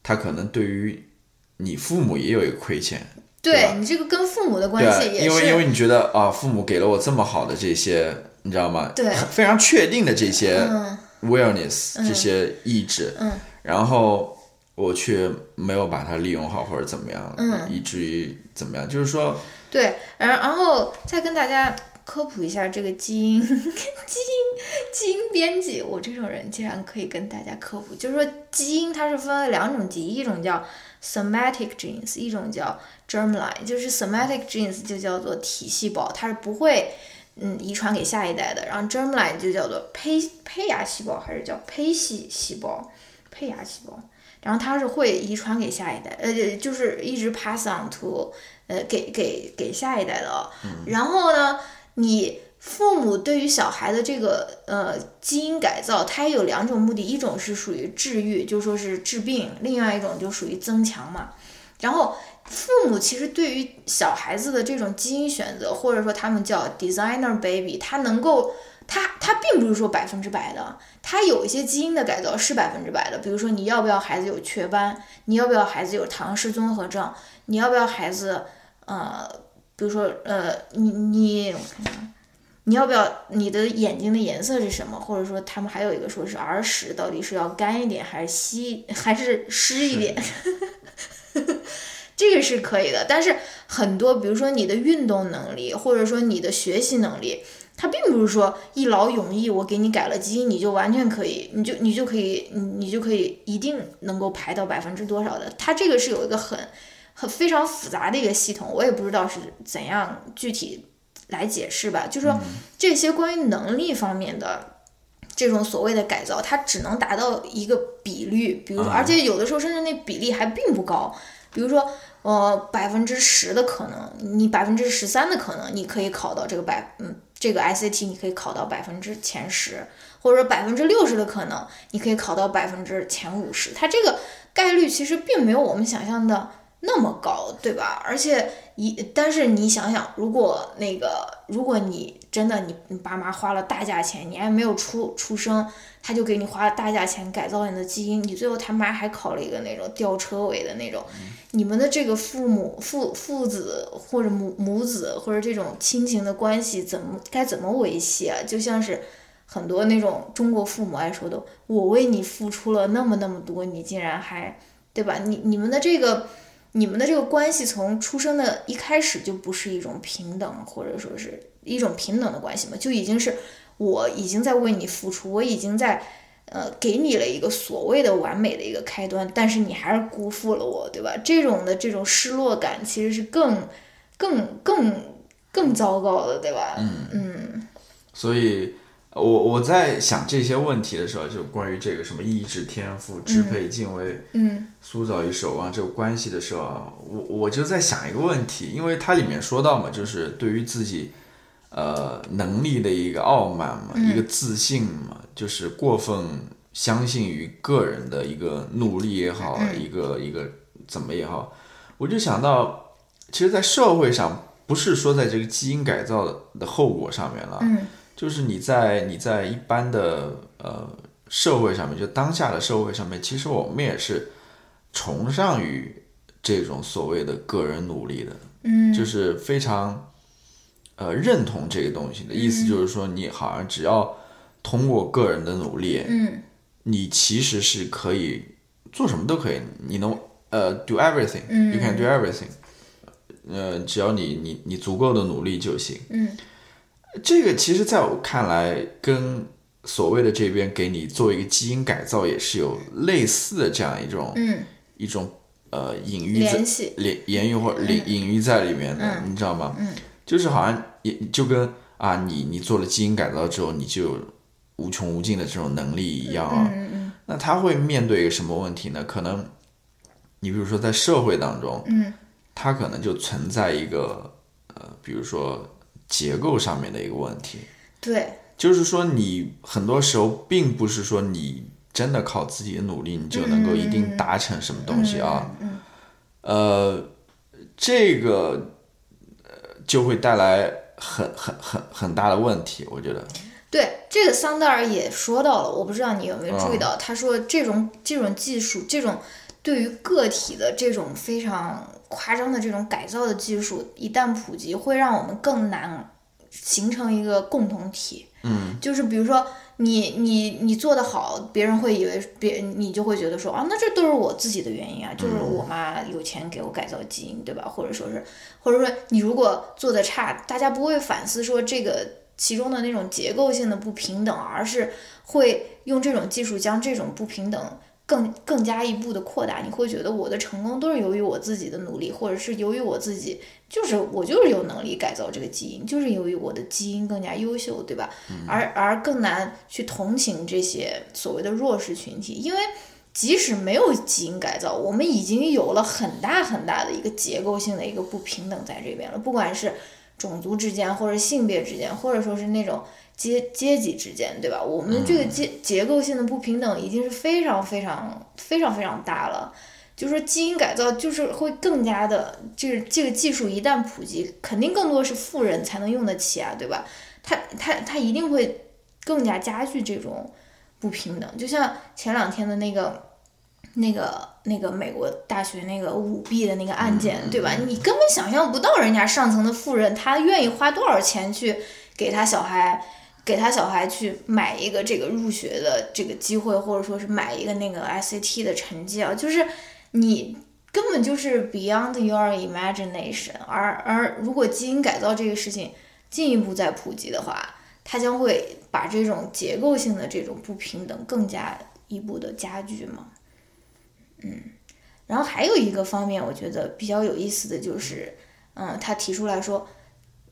他可能对于你父母也有一个亏欠。对吧
对你这个跟父母的关
对啊，
系也
因为因
是
为你觉得啊，父母给了我这么好的这些，你知道吗？
对嗯
非常确定的这些 awareness，、这些意志，嗯，然后我却没有把它利用好或者怎么样，嗯，以至于怎么样，就是说，
对，然然后再跟大家科普一下这个基因 基因基因编辑，我这种人竟然可以跟大家科普，就是说基因它是分为两种基因，一种叫 somatic genes，一种叫 germline，就是 somatic genes 就叫做体细胞，它是不会。嗯，遗传给下一代的，然后 germline 就叫做胚胚芽细胞，还是叫胚系细胞？胚芽细胞，然后它是会遗传给下一代，呃，就是一直 pass on to，呃，给给给下一代的哦。然后呢，你父母对于小孩的这个呃基因改造，它有两种目的，一种是属于治愈，就说是治病；另外一种就属于增强嘛。然后父母其实对于小孩子的这种基因选择，或者说他们叫 designer baby，他能够，他他并不是说百分之百的，他有一些基因的改造是百分之百的，比如说你要不要孩子有雀斑，你要不要孩子有唐氏综合症，你要不要孩子，呃，比如说呃，你你我看看。你要不要你的眼睛的颜色是什么？或者说他们还有一个说是儿时到底是要干一点还是稀还是湿一点？这个是可以的，但是很多，比如说你的运动能力，或者说你的学习能力，它并不是说一劳永逸，我给你改了基因，你就完全可以，你就你就可以，你你就可以一定能够排到百分之多少的。它这个是有一个很很非常复杂的一个系统，我也不知道是怎样具体来解释吧。就是说这些关于能力方面的。这种所谓的改造，它只能达到一个比率，比如说，而且有的时候甚至那比例还并不高，比如说，呃，百分之十的可能，你百分之十三的可能，你可以考到这个百，嗯，这个 ICT 你可以考到百分之前十，或者说百分之六十的可能，你可以考到百分之前五十。它这个概率其实并没有我们想象的那么高，对吧？而且一，但是你想想，如果那个，如果你真的你你爸妈花了大价钱，你还没有出出生，他就给你花了大价钱改造你的基因，你最后他妈还考了一个那种吊车尾的那种，你们的这个父母父父子或者母母子或者这种亲情的关系怎么该怎么维系啊？就像是很多那种中国父母爱说的，我为你付出了那么那么多，你竟然还对吧？你你们的这个。你们的这个关系从出生的一开始就不是一种平等，或者说是一种平等的关系嘛，就已经是我已经在为你付出，我已经在呃给你了一个所谓的完美的一个开端，但是你还是辜负了我，对吧？这种的这种失落感其实是更更更更糟糕的，对吧？嗯
所以，我我在想这些问题的时候，就关于这个什么意志、天赋、支配、敬畏、
嗯
塑造与守望这个关系的时候啊，我我就在想一个问题，因为它里面说到嘛，就是对于自己呃能力的一个傲慢嘛，
嗯
一个自信嘛，就是过分相信于个人的一个努力也好，
嗯
一个一个怎么也好，我就想到，其实，在社会上不是说在这个基因改造的后果上面了，
嗯
就是你在你在一般的呃社会上面，就当下的社会上面，其实我们也是崇尚于这种所谓的个人努力的，
嗯
就是非常呃认同这个东西的意思，
嗯
就是说你好像只要通过个人的努力，
嗯
你其实是可以做什么都可以，你能呃 do
嗯
everything，you can do everything，呃，只要你你你足够的努力就行。
嗯
这个其实在我看来，跟所谓的这边给你做一个基因改造也是有类似的这样一种、
嗯，
一种呃隐喻在
联系
联言语或者
嗯
隐隐喻在里面的，你知道吗？嗯，就是好像也就跟啊你你做了基因改造之后，你就有无穷无尽的这种能力一样啊。
嗯嗯
那他会面对一个什么问题呢？可能你比如说在社会当中，
嗯
它可能就存在一个呃，比如说结构上面的一个问题，
对
就是说你很多时候并不是说你真的靠自己的努力，你就能够一
嗯
定达成什么东西啊。呃，这个呃就会带来很很很很大的问题，我觉得。
对，这个桑德尔也说到了，我不知道你有没有注意到，他说这种这种技术，这种对于个体的这种非常夸张的这种改造的技术，一旦普及，会让我们更难形成一个共同体。嗯，就是比如说你你你做的好，别人会以为别你就会觉得说啊，那这都是我自己的原因啊，就是我妈有钱给我改造基因，对吧？或者说是，或者说你如果做的差，大家不会反思说这个其中的那种结构性的不平等，而是会用这种技术将这种不平等。更更加一步的扩大，你会觉得我的成功都是由于我自己的努力，或者是由于我自己，就是我就是有能力改造这个基因，就是由于我的基因更加优秀，对吧？而而更难去同情这些所谓的弱势群体，因为即使没有基因改造，我们已经有了很大很大的一个结构性的一个不平等在这边了，不管是种族之间，或者性别之间，或者说是那种阶阶级之间，对吧？我们这个结结构性的不平等已经是非常非常非常非常大了。就说基因改造就是会更加的，这个这个技术一旦普及，肯定更多是富人才能用得起啊，对吧？它它它一定会更加加剧这种不平等。就像前两天的那个那个那个美国大学那个舞弊的那个案件，对吧？你根本想象不到人家上层的富人他愿意花多少钱去给他小孩。给他小孩去买一个这个入学的这个机会，或者说是买一个那个 SAT 的成绩啊，就是你根本就是 beyond your imagination 而。而而如果基因改造这个事情进一步再普及的话，它将会把这种结构性的这种不平等更加一步的加剧嘛。嗯，然后还有一个方面，我觉得比较有意思的就是，嗯，他提出来说，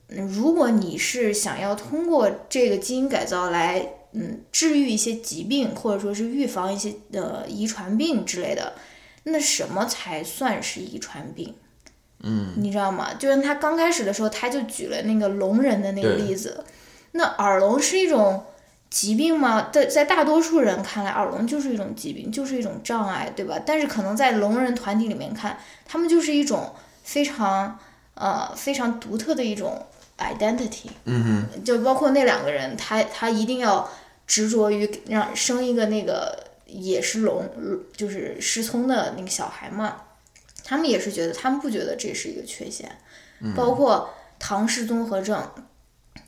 嗯如果你是想要通过这个基因改造来，嗯，治愈一些疾病，或者说是预防一些呃遗传病之类的，那什么才算是遗传病？嗯，你知道吗？就是他刚开始的时候，他就举了那个聋人的那个
对
例子。那耳聋是一种疾病吗？在在大多数人看来，耳聋就是一种疾病，就是一种障碍，对吧？但是可能在聋人团体里面看，他们就是一种非常呃非常独特的一种 identity。
嗯哼，
就包括那两个人，他他一定要执着于让生一个那个也是聋，就是失聪的那个小孩嘛。他们也是觉得，他们不觉得这是一个缺陷。
嗯
包括唐氏综合症，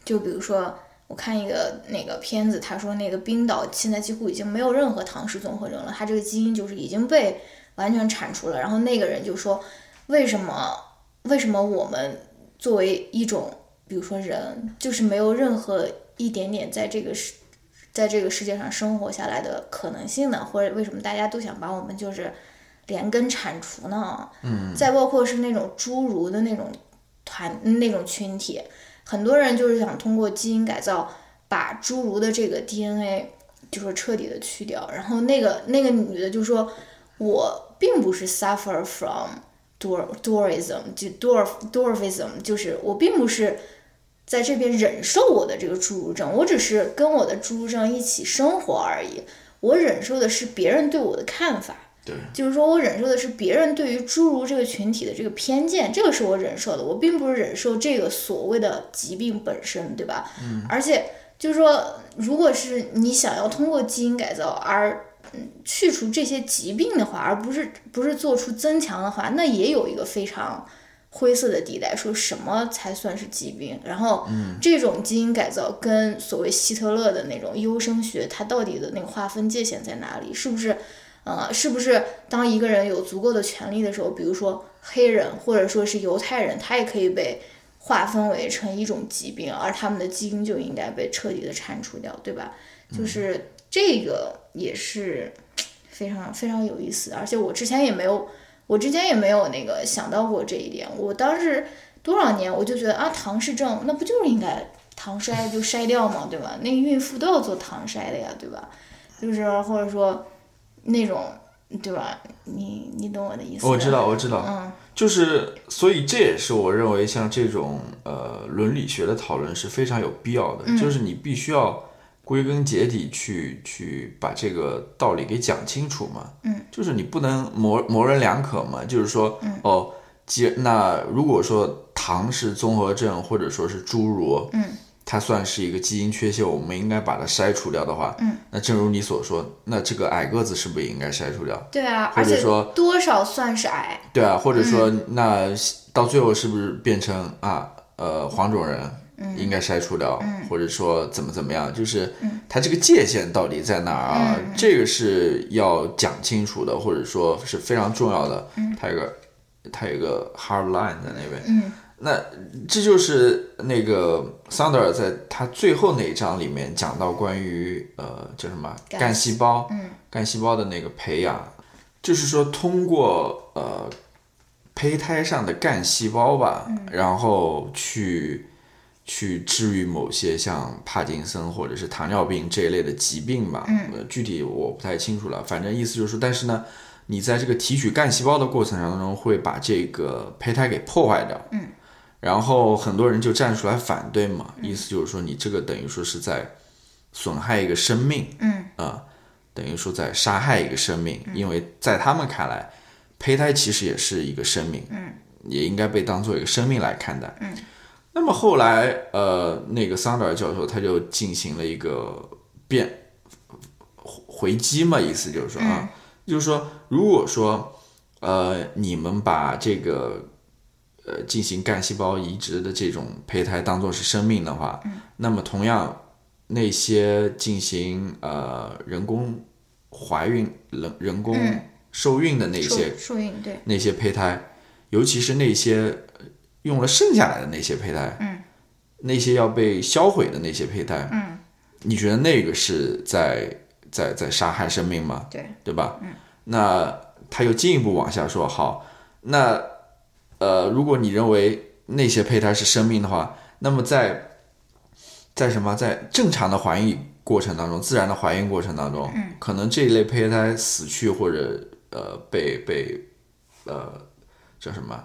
就比如说，我看一个那个片子，他说那个冰岛现在几乎已经没有任何唐氏综合症了，他这个基因就是已经被完全铲除了。然后那个人就说，为什么为什么我们作为一种，比如说人，就是没有任何一点点在这个世，在这个世界上生活下来的可能性呢？或者为什么大家都想把我们就是连根铲除呢？嗯，再包括是那种侏儒的那种团那种群体，很多人就是想通过基因改造把侏儒的这个 DNA 就是彻底的去掉。然后那个那个女的就说：“我并不是 suffer from dwar dwarism，就 dwarf dwarfism，就是我并不是在这边忍受我的这个侏儒症，我只是跟我的侏儒症一起生活而已。我忍受的是别人对我的看法。”
对，
就是说我忍受的是别人对于侏儒这个群体的这个偏见，这个是我忍受的，我并不是忍受这个所谓的疾病本身，对吧？嗯，而且就是说，如果是你想要通过基因改造而嗯去除这些疾病的话，而不是不是做出增强的话，那也有一个非常。灰色的地带，说什么才算是疾病？然后，这种基因改造跟所谓希特勒的那种优生学，它到底的那个划分界限在哪里？是不是呃，是不是当一个人有足够的权利的时候，比如说黑人或者说是犹太人，他也可以被划分为成一种疾病，而他们的基因就应该被彻底的铲除掉，对吧？
嗯
就是这个也是非常非常有意思，而且我之前也没有，我之前也没有那个想到过这一点。我当时多少年我就觉得啊，唐氏症那不就是应该唐筛就筛掉嘛，对吧？那孕妇都要做唐筛的呀，对吧？就是或者说那种对吧？你你懂我的意思吧？
哦我知道，我知道，
嗯，
就是，所以这也是我认为像这种呃伦理学的讨论是非常有必要
嗯
的，就是你必须要归根结底去去把这个道理给讲清楚嘛，嗯，就是你不能模模棱两可嘛，就是说，
嗯
哦，既那如果说唐氏综合症或者说是侏儒，嗯。它算是一个基因缺陷，我们应该把它筛除掉的话，嗯，那正如你所说，那这个矮个子是不是也应该筛除掉？
对啊，
或
而
者
且
说
多少算是癌？
对啊，或者说、那到最后是不是变成啊呃黄种人
嗯
应该筛除掉，或者说怎么怎么样，就是
嗯
它这个界限到底在哪儿啊？这个是要讲清楚的，或者说是非常重要的。它有个它有个 hard line 在那边。
嗯
那这就是那个桑德尔在他最后那一章里面讲到关于呃叫什么
干
干细胞，
嗯，
干细胞的那个培养，就是说通过呃嗯胚胎上的干细胞吧，然后去去治愈某些像帕金森或者是糖尿病这一类的疾病吧。嗯，具体我不太清楚了，反正意思就是说，但是呢，你在这个提取干细胞的过程当中，会把这个胚胎给破坏掉。嗯，然后很多人就站出来反对嘛，意思就是说，你这个等于说是在损害一个生命。
嗯
啊、等于说在杀害一个生命，因为在他们看来，胚胎其实也是一个生命。嗯，也应该被当做一个生命来看待。那么后来，呃，那个桑德尔教授他就进行了一个变回回击嘛，意思就是说啊，就是说，如果说呃，你们把这个呃进行干细胞移植的这种胚胎当做是生命的话，那么同样那些进行呃人工怀孕、人人工受孕的那
受
些
受孕对，
那些胚胎，尤其是那些呃用了剩下来的那些胚胎，嗯，那些要被销毁的那些胚胎，嗯，你觉得那个是在在在杀害生命吗？
对，
对吧？嗯，那他又进一步往下说，好，那呃，如果你认为那些胚胎是生命的话，那么在在什么在正常的怀孕过程当中，自然的怀孕过程当中，嗯、可能这一类胚胎死去或者呃被被呃叫什么？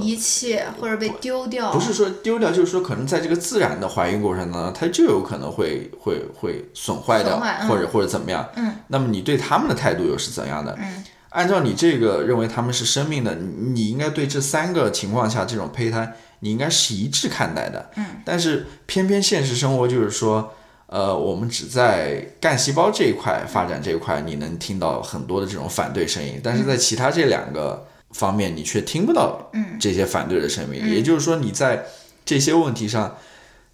遗弃或者被丢掉，
呃不是说丢掉，就是说可能在这个自然的怀孕过程当中，它就有可能会会会损坏掉，
损坏嗯
或者或者怎么样。嗯，那么你对他们的态度又是怎样的？嗯，按照你这个认为他们是生命的，你你应该对这三个情况下这种胚胎，你应该是一致看待的。嗯，但是偏偏现实生活就是说。呃，我们只在干细胞这一块发展这一块，你能听到很多的这种反对声音，但是在其他这两个方面，你却听不到这些反对的声明。也就是说，你在这些问题上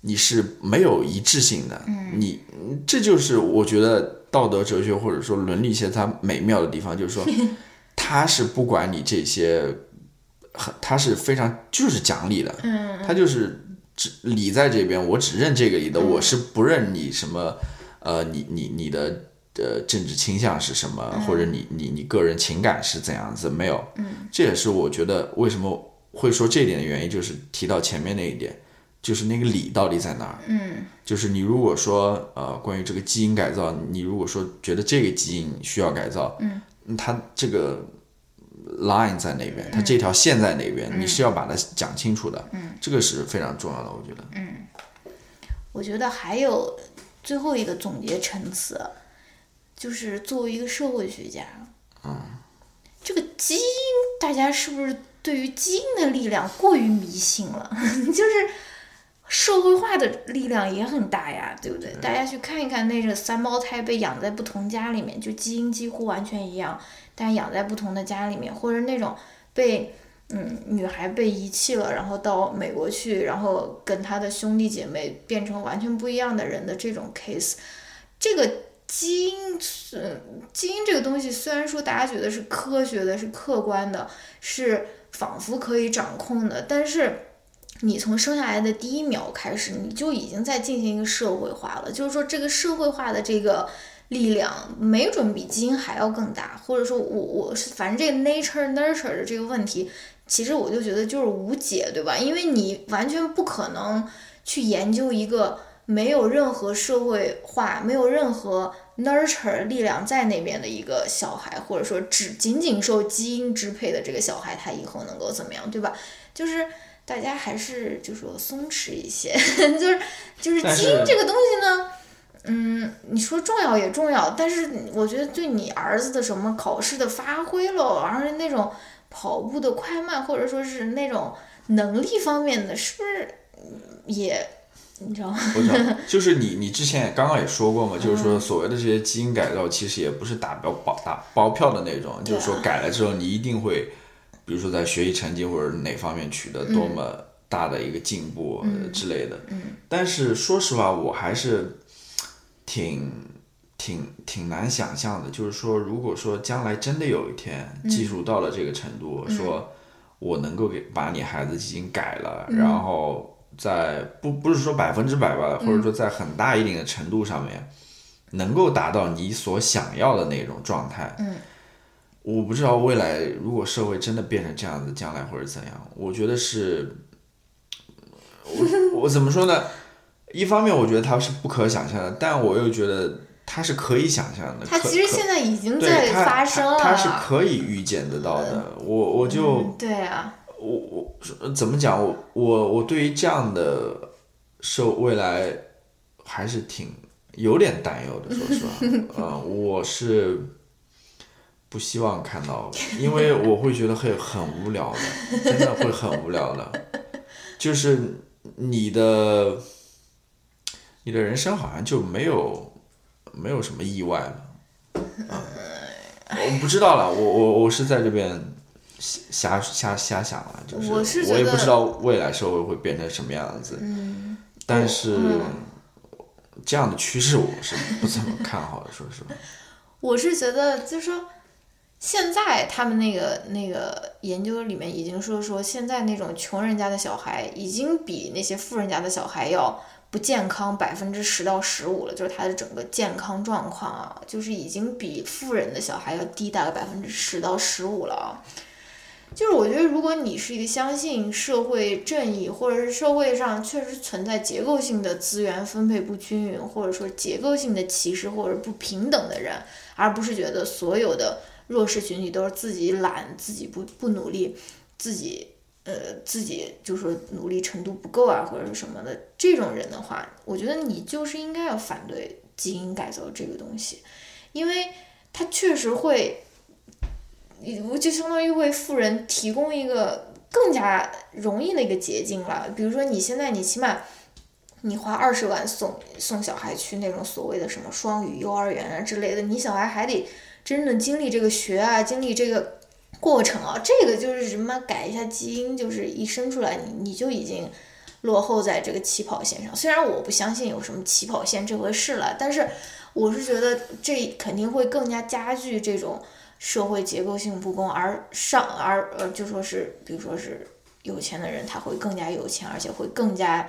你是没有一致性的。你这就是我觉得道德哲学或者说伦理学它美妙的地方，就 是说它是不管你这些，很它是非常就是讲理的，
嗯，
它就是只理在这边，我只认这个理的，
嗯
我是不认你什么，呃，你你你的。呃，政治倾向是什么，
嗯
或者你你你个人情感是怎样子？没有，嗯，这也是我觉得为什么会说这一点的原因，就是提到前面那一点，就是那个理到底在哪儿？
嗯
就是你如果说呃，关于这个基因改造，你如果说觉得这个基因需要改造，嗯，它这个 line 在那边，它这条线在那边，你是要把它讲清楚的，嗯，这个是非常重要的，我觉得，
我觉得还有最后一个总结陈词，就是作为一个社会学家，嗯，这个基因大家是不是对于基因的力量过于迷信了？ 就是社会化的力量也很大呀，对不对？大家去看一看那个三胞胎被养在不同家里面，就基因几乎完全一样，但养在不同的家里面，或者那种被。嗯，女孩被遗弃了，然后到美国去，然后跟她的兄弟姐妹变成完全不一样的人的这种 case，这个基因是基因这个东西，虽然说大家觉得是科学的、是客观的、是仿佛可以掌控的，但是你从生下来的第一秒开始，你就已经在进行一个社会化了。就是说，这个社会化的这个力量，没准比基因还要更大。或者说我，我是反正这个 nature nurture 的这个问题，其实我就觉得就是无解，对吧？因为你完全不可能去研究一个没有任何社会化、没有任何 nurture 力量在那边的一个小孩，或者说只仅仅受基因支配的这个小孩，他以后能够怎么样，对吧？就是大家还是就说松弛一些， 就是就是
但是
基因这个东西呢。嗯，你说重要也重要，但是我觉得对你儿子的什么考试的发挥喽，而是那种跑步的快慢，或者说是那种能力方面的，是不是嗯也你知道吗？
我想就是你你之前也刚刚也说过嘛，就是说所谓的这些基因改造，其实也不是打包保打包票的那种，就是说改了之后你一定会，比如说在学习成绩或者哪方面取得多么大的一个进步、呃之类的。但是说实话，我还是挺挺挺难想象的，就是说，如果说将来真的有一天技术到了这个程度，说我能够给把你孩子基因改了，
嗯
然后在不不是说百分之百
嗯
吧，或者说在很大一定的程度上面，能够达到你所想要的那种状态，
嗯。
我不知道未来如果社会真的变成这样子，将来或者怎样，我觉得是我我怎么说呢？一方面我觉得它是不可想象的，但我又觉得它是可以想象的。
它
可
其实
可
现在已经
对
在
它
发生了。
它它是可以预见得到的。我我就、
嗯对啊，
我我呃怎么讲？我我我对于这样的受未来还是挺有点担忧的，说实话，呃，我是不希望看到，因为我会觉得会很无聊 的，真的会很无聊的，就是你的你的人生好像就没有没有什么意外了，啊，我不知道了，我我我是在这边瞎瞎瞎想了，就是
我是觉
我也不
得
知道未来社会会变成什么样子，
嗯
但是。这样的趋势我是不怎么看好的，说实话。
我是觉得就是说，现在他们那个那个研究里面已经说说，现在那种穷人家的小孩已经比那些富人家的小孩要不健康百分之十到十五了，就是他的整个健康状况啊，就是已经比富人的小孩要低大概百分之十到十五了啊。就是我觉得，如果你是一个相信社会正义，或者是社会上确实存在结构性的资源分配不均匀，或者说结构性的歧视或者不平等的人，而不是觉得所有的弱势群体都是自己懒、自己不不努力、自己呃自己就说努力程度不够啊，或者是什么的这种人的话，我觉得你就是应该要反对基因改造这个东西，因为它确实会我就相当于为富人提供一个更加容易的一个捷径了。比如说，你现在你起码你花二十万送送小孩去那种所谓的什么双语幼儿园啊之类的，你小孩还得真正经历啊这个学啊，经历这个过程啊。这个就是什么改一下基因，就是一生出来你你就已经落后在这个起跑线上。虽然我不相信有什么起跑线这回事了，但是我是觉得这肯定会更加加剧这种社会结构性不公，而上而呃就说是，比如说是有钱的人，他会更加有钱，而且会更加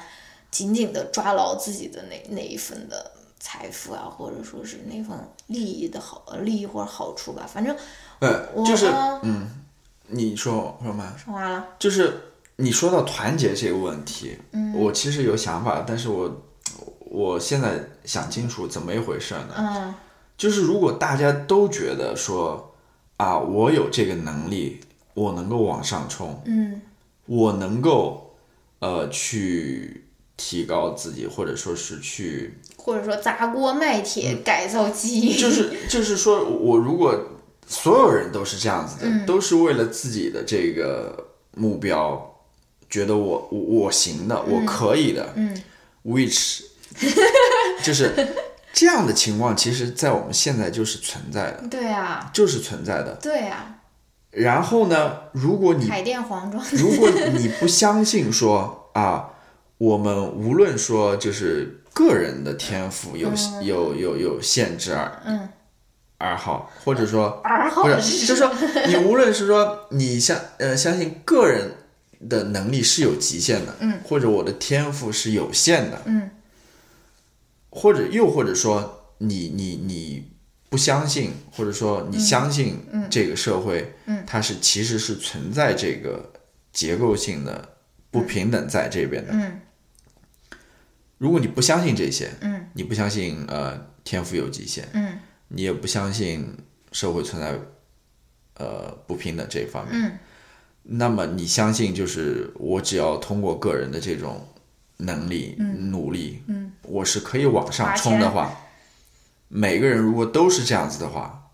紧紧的抓牢自己的那那一份的财富啊，或者说是那份利益的好呃利益或者好处吧。反正我
嗯，就是
啊
嗯，你说说嘛，
说完了，
就是你说到团结这个问题，嗯，我其实有想法，但是我我现在想清楚怎么一回事呢？
嗯，
就是如果大家都觉得说啊，我有这个能力，我能够往上冲，
嗯，
我能够呃去提高自己，或者说是去
或者说砸锅卖铁改造基因，
嗯就是就是说，我如果所有人都是这样子的，都是为了自己的这个目标，觉得我我我行的，我可以的，嗯，which 就是这样的情况，其实在我们现在就是存在的，
对啊，
就是存在的。
对啊，
然后呢，如果 你
海淀黄庄，
如果你不相信说啊，我们无论说就是个人的天赋有、有有有限制而
嗯
而好，或者说
二号
不是，就是说你无论是说你相呃相信个人的能力是有极限的，嗯，或者我的天赋是有限的，
嗯，
或者又或者说你你你不相信，或者说你相信这个社会，嗯，它是其实是存在这个结构性的不平等在这边的，
嗯
如果你不相信这些，
嗯，
你不相信呃天赋有极限，
嗯
你也不相信社会存在呃不平等这一方面，
嗯
那么你相信就是我只要通过个人的这种能力、努力，嗯，我是可以往上冲的话，每个人如果都是这样子的话，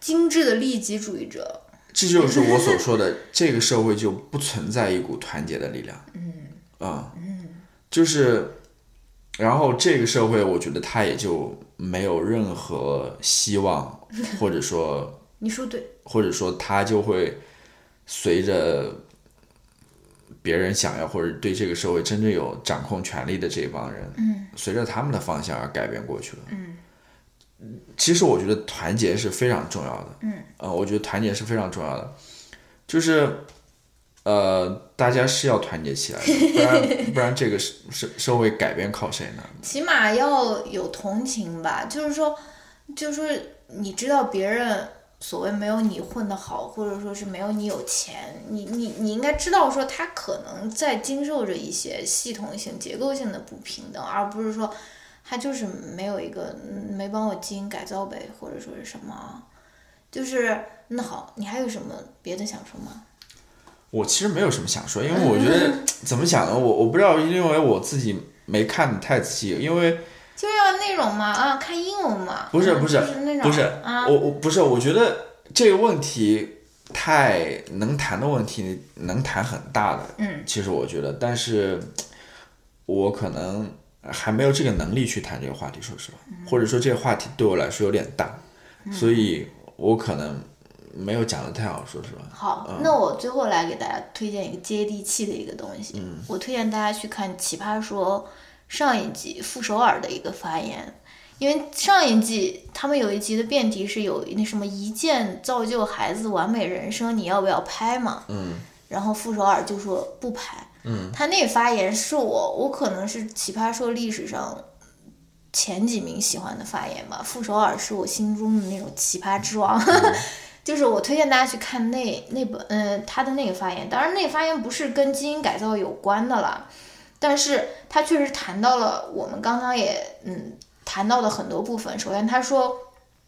精致的利己主义者，
这就是我所说的这个社会就不存在一股团结的力量，嗯啊，就是，然后这个社会我觉得它也就没有任何希望，或者说
你说对，
或者说他就会随着别人想要或者对这个社会真正有掌控权力的这帮人，嗯，随着他们的方向而改变过去了，嗯。其实我觉得团结是非常重要的，嗯，呃，我觉得团结是非常重要的，就是，呃，大家是要团结起来的，不 然不然这个社社社会改变靠谁呢？
起码要有同情吧，就是说，就是说你知道别人所谓没有你混得好，或者说是没有你有钱，你你你应该知道说他可能在经受着一些系统性、结构性的不平等，而不是说他就是没有一个嗯没帮我基因改造呗，或者说是什么，就是那好，你还有什么别的想说吗？
我其实没有什么想说，因为我觉 得怎么讲呢，我我不知道，因为我自己没看得太仔细，因为
就要那种嘛啊，看英文嘛，
不是
嗯
不
就是那种
不是
啊，
我我不是，我觉得这个问题太能谈的问题能谈很大的，
嗯，
其实我觉得，但是我可能还没有这个能力去谈这个话题，说实话，
嗯
或者说这个话题对我来说有点大，所以我可能没有讲的太好，说实话。
好，那我最后来给大家推荐一个接地气的一个东西。我推荐大家去看《奇葩说》上一季傅首尔的一个发言，因为上一季他们有一集的辩题是有那什么一键造就孩子完美人生，你要不要拍嘛？嗯。然后傅首尔就说不拍。嗯。他那发言是我，我可能是《奇葩说》历史上前几名喜欢的发言吧。傅首尔是我心中的那种奇葩之王。就是我推荐大家去看那那本，嗯，他的那个发言，当然那个发言不是跟基因改造有关的啦，但是他确实谈到了我们刚刚也嗯谈到的很多部分。首先他说，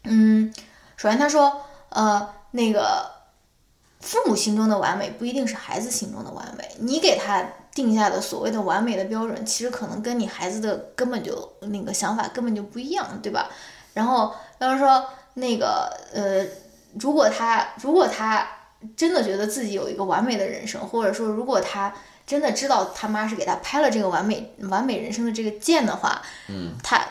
嗯，首先他说，呃，那个父母心中的完美不一定是孩子心中的完美，你给他定下的所谓的完美的标准，其实可能跟你孩子的根本就那个想法根本就不一样，对吧？然后要是说那个呃。如果他如果他真的觉得自己有一个完美的人生，或者说如果他真的知道他妈是给他拍了这个完美完美人生的这个剑的话，嗯，他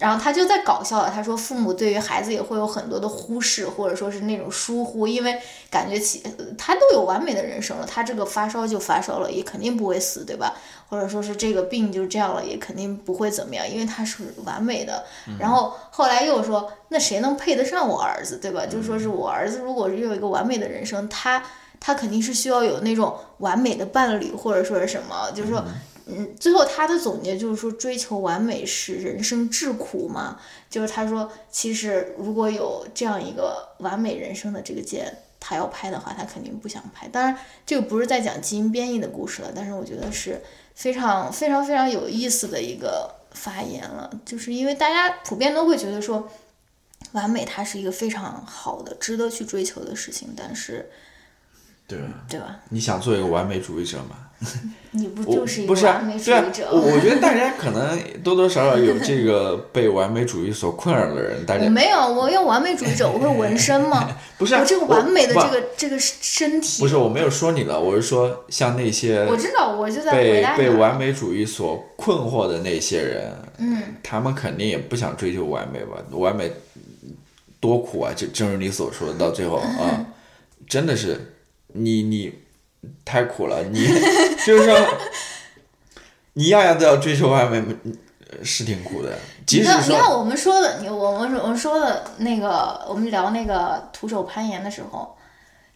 然后他就在搞笑了。他说父母对于孩子也会有很多的忽视，或者说是那种疏忽，因为感觉其呃他都有完美的人生了，他这个发烧就发烧了，也肯定不会死，对吧？或者说是这个病就这样了，也肯定不会怎么样，因为他是完美的。然后后来又说，那谁能配得上我儿子，对吧？就说是我儿子如果是有一个完美的人生，他他肯定是需要有那种完美的伴侣，或者说是什么，就是说。嗯，最后他的总结就是说，追求完美是人生至苦嘛。就是他说，其实如果有这样一个完美人生的这个键，他要拍的话，他肯定不想拍。当然，这个不是在讲基因编译的故事了，但是我觉得是非常非常非常有意思的一个发言了，就是因为大家普遍都会觉得说，完美它是一个非常好的、值得去追求的事情，但是
对，
对啊吧？
你想做一个完美主义者吗？
你不
我
就是一
不
个
是啊
完美主
对啊
义，者
我
吗？
我觉得大家可能多多少少有这个被完美主义所困扰的人，大家
我没有，我要完美主义者，我会纹身吗？
不 是啊
我这个
我
完美的
不
这个这个身体，
不是我没有说你了，我是说像那些
我知道，我就在回
被
答你
被
了。
完美主义所困惑的那些人，嗯，他们肯定也不想追求完美吧？完美多苦啊！就正如你所说的，到最后
嗯
啊、真的是你你太苦了，你 就是说 你样样都要追求完美，嗯是挺苦的。即
你
使
看，你看
说
我们说的，你我们我们说的那个，我们聊那个徒手攀岩的时候，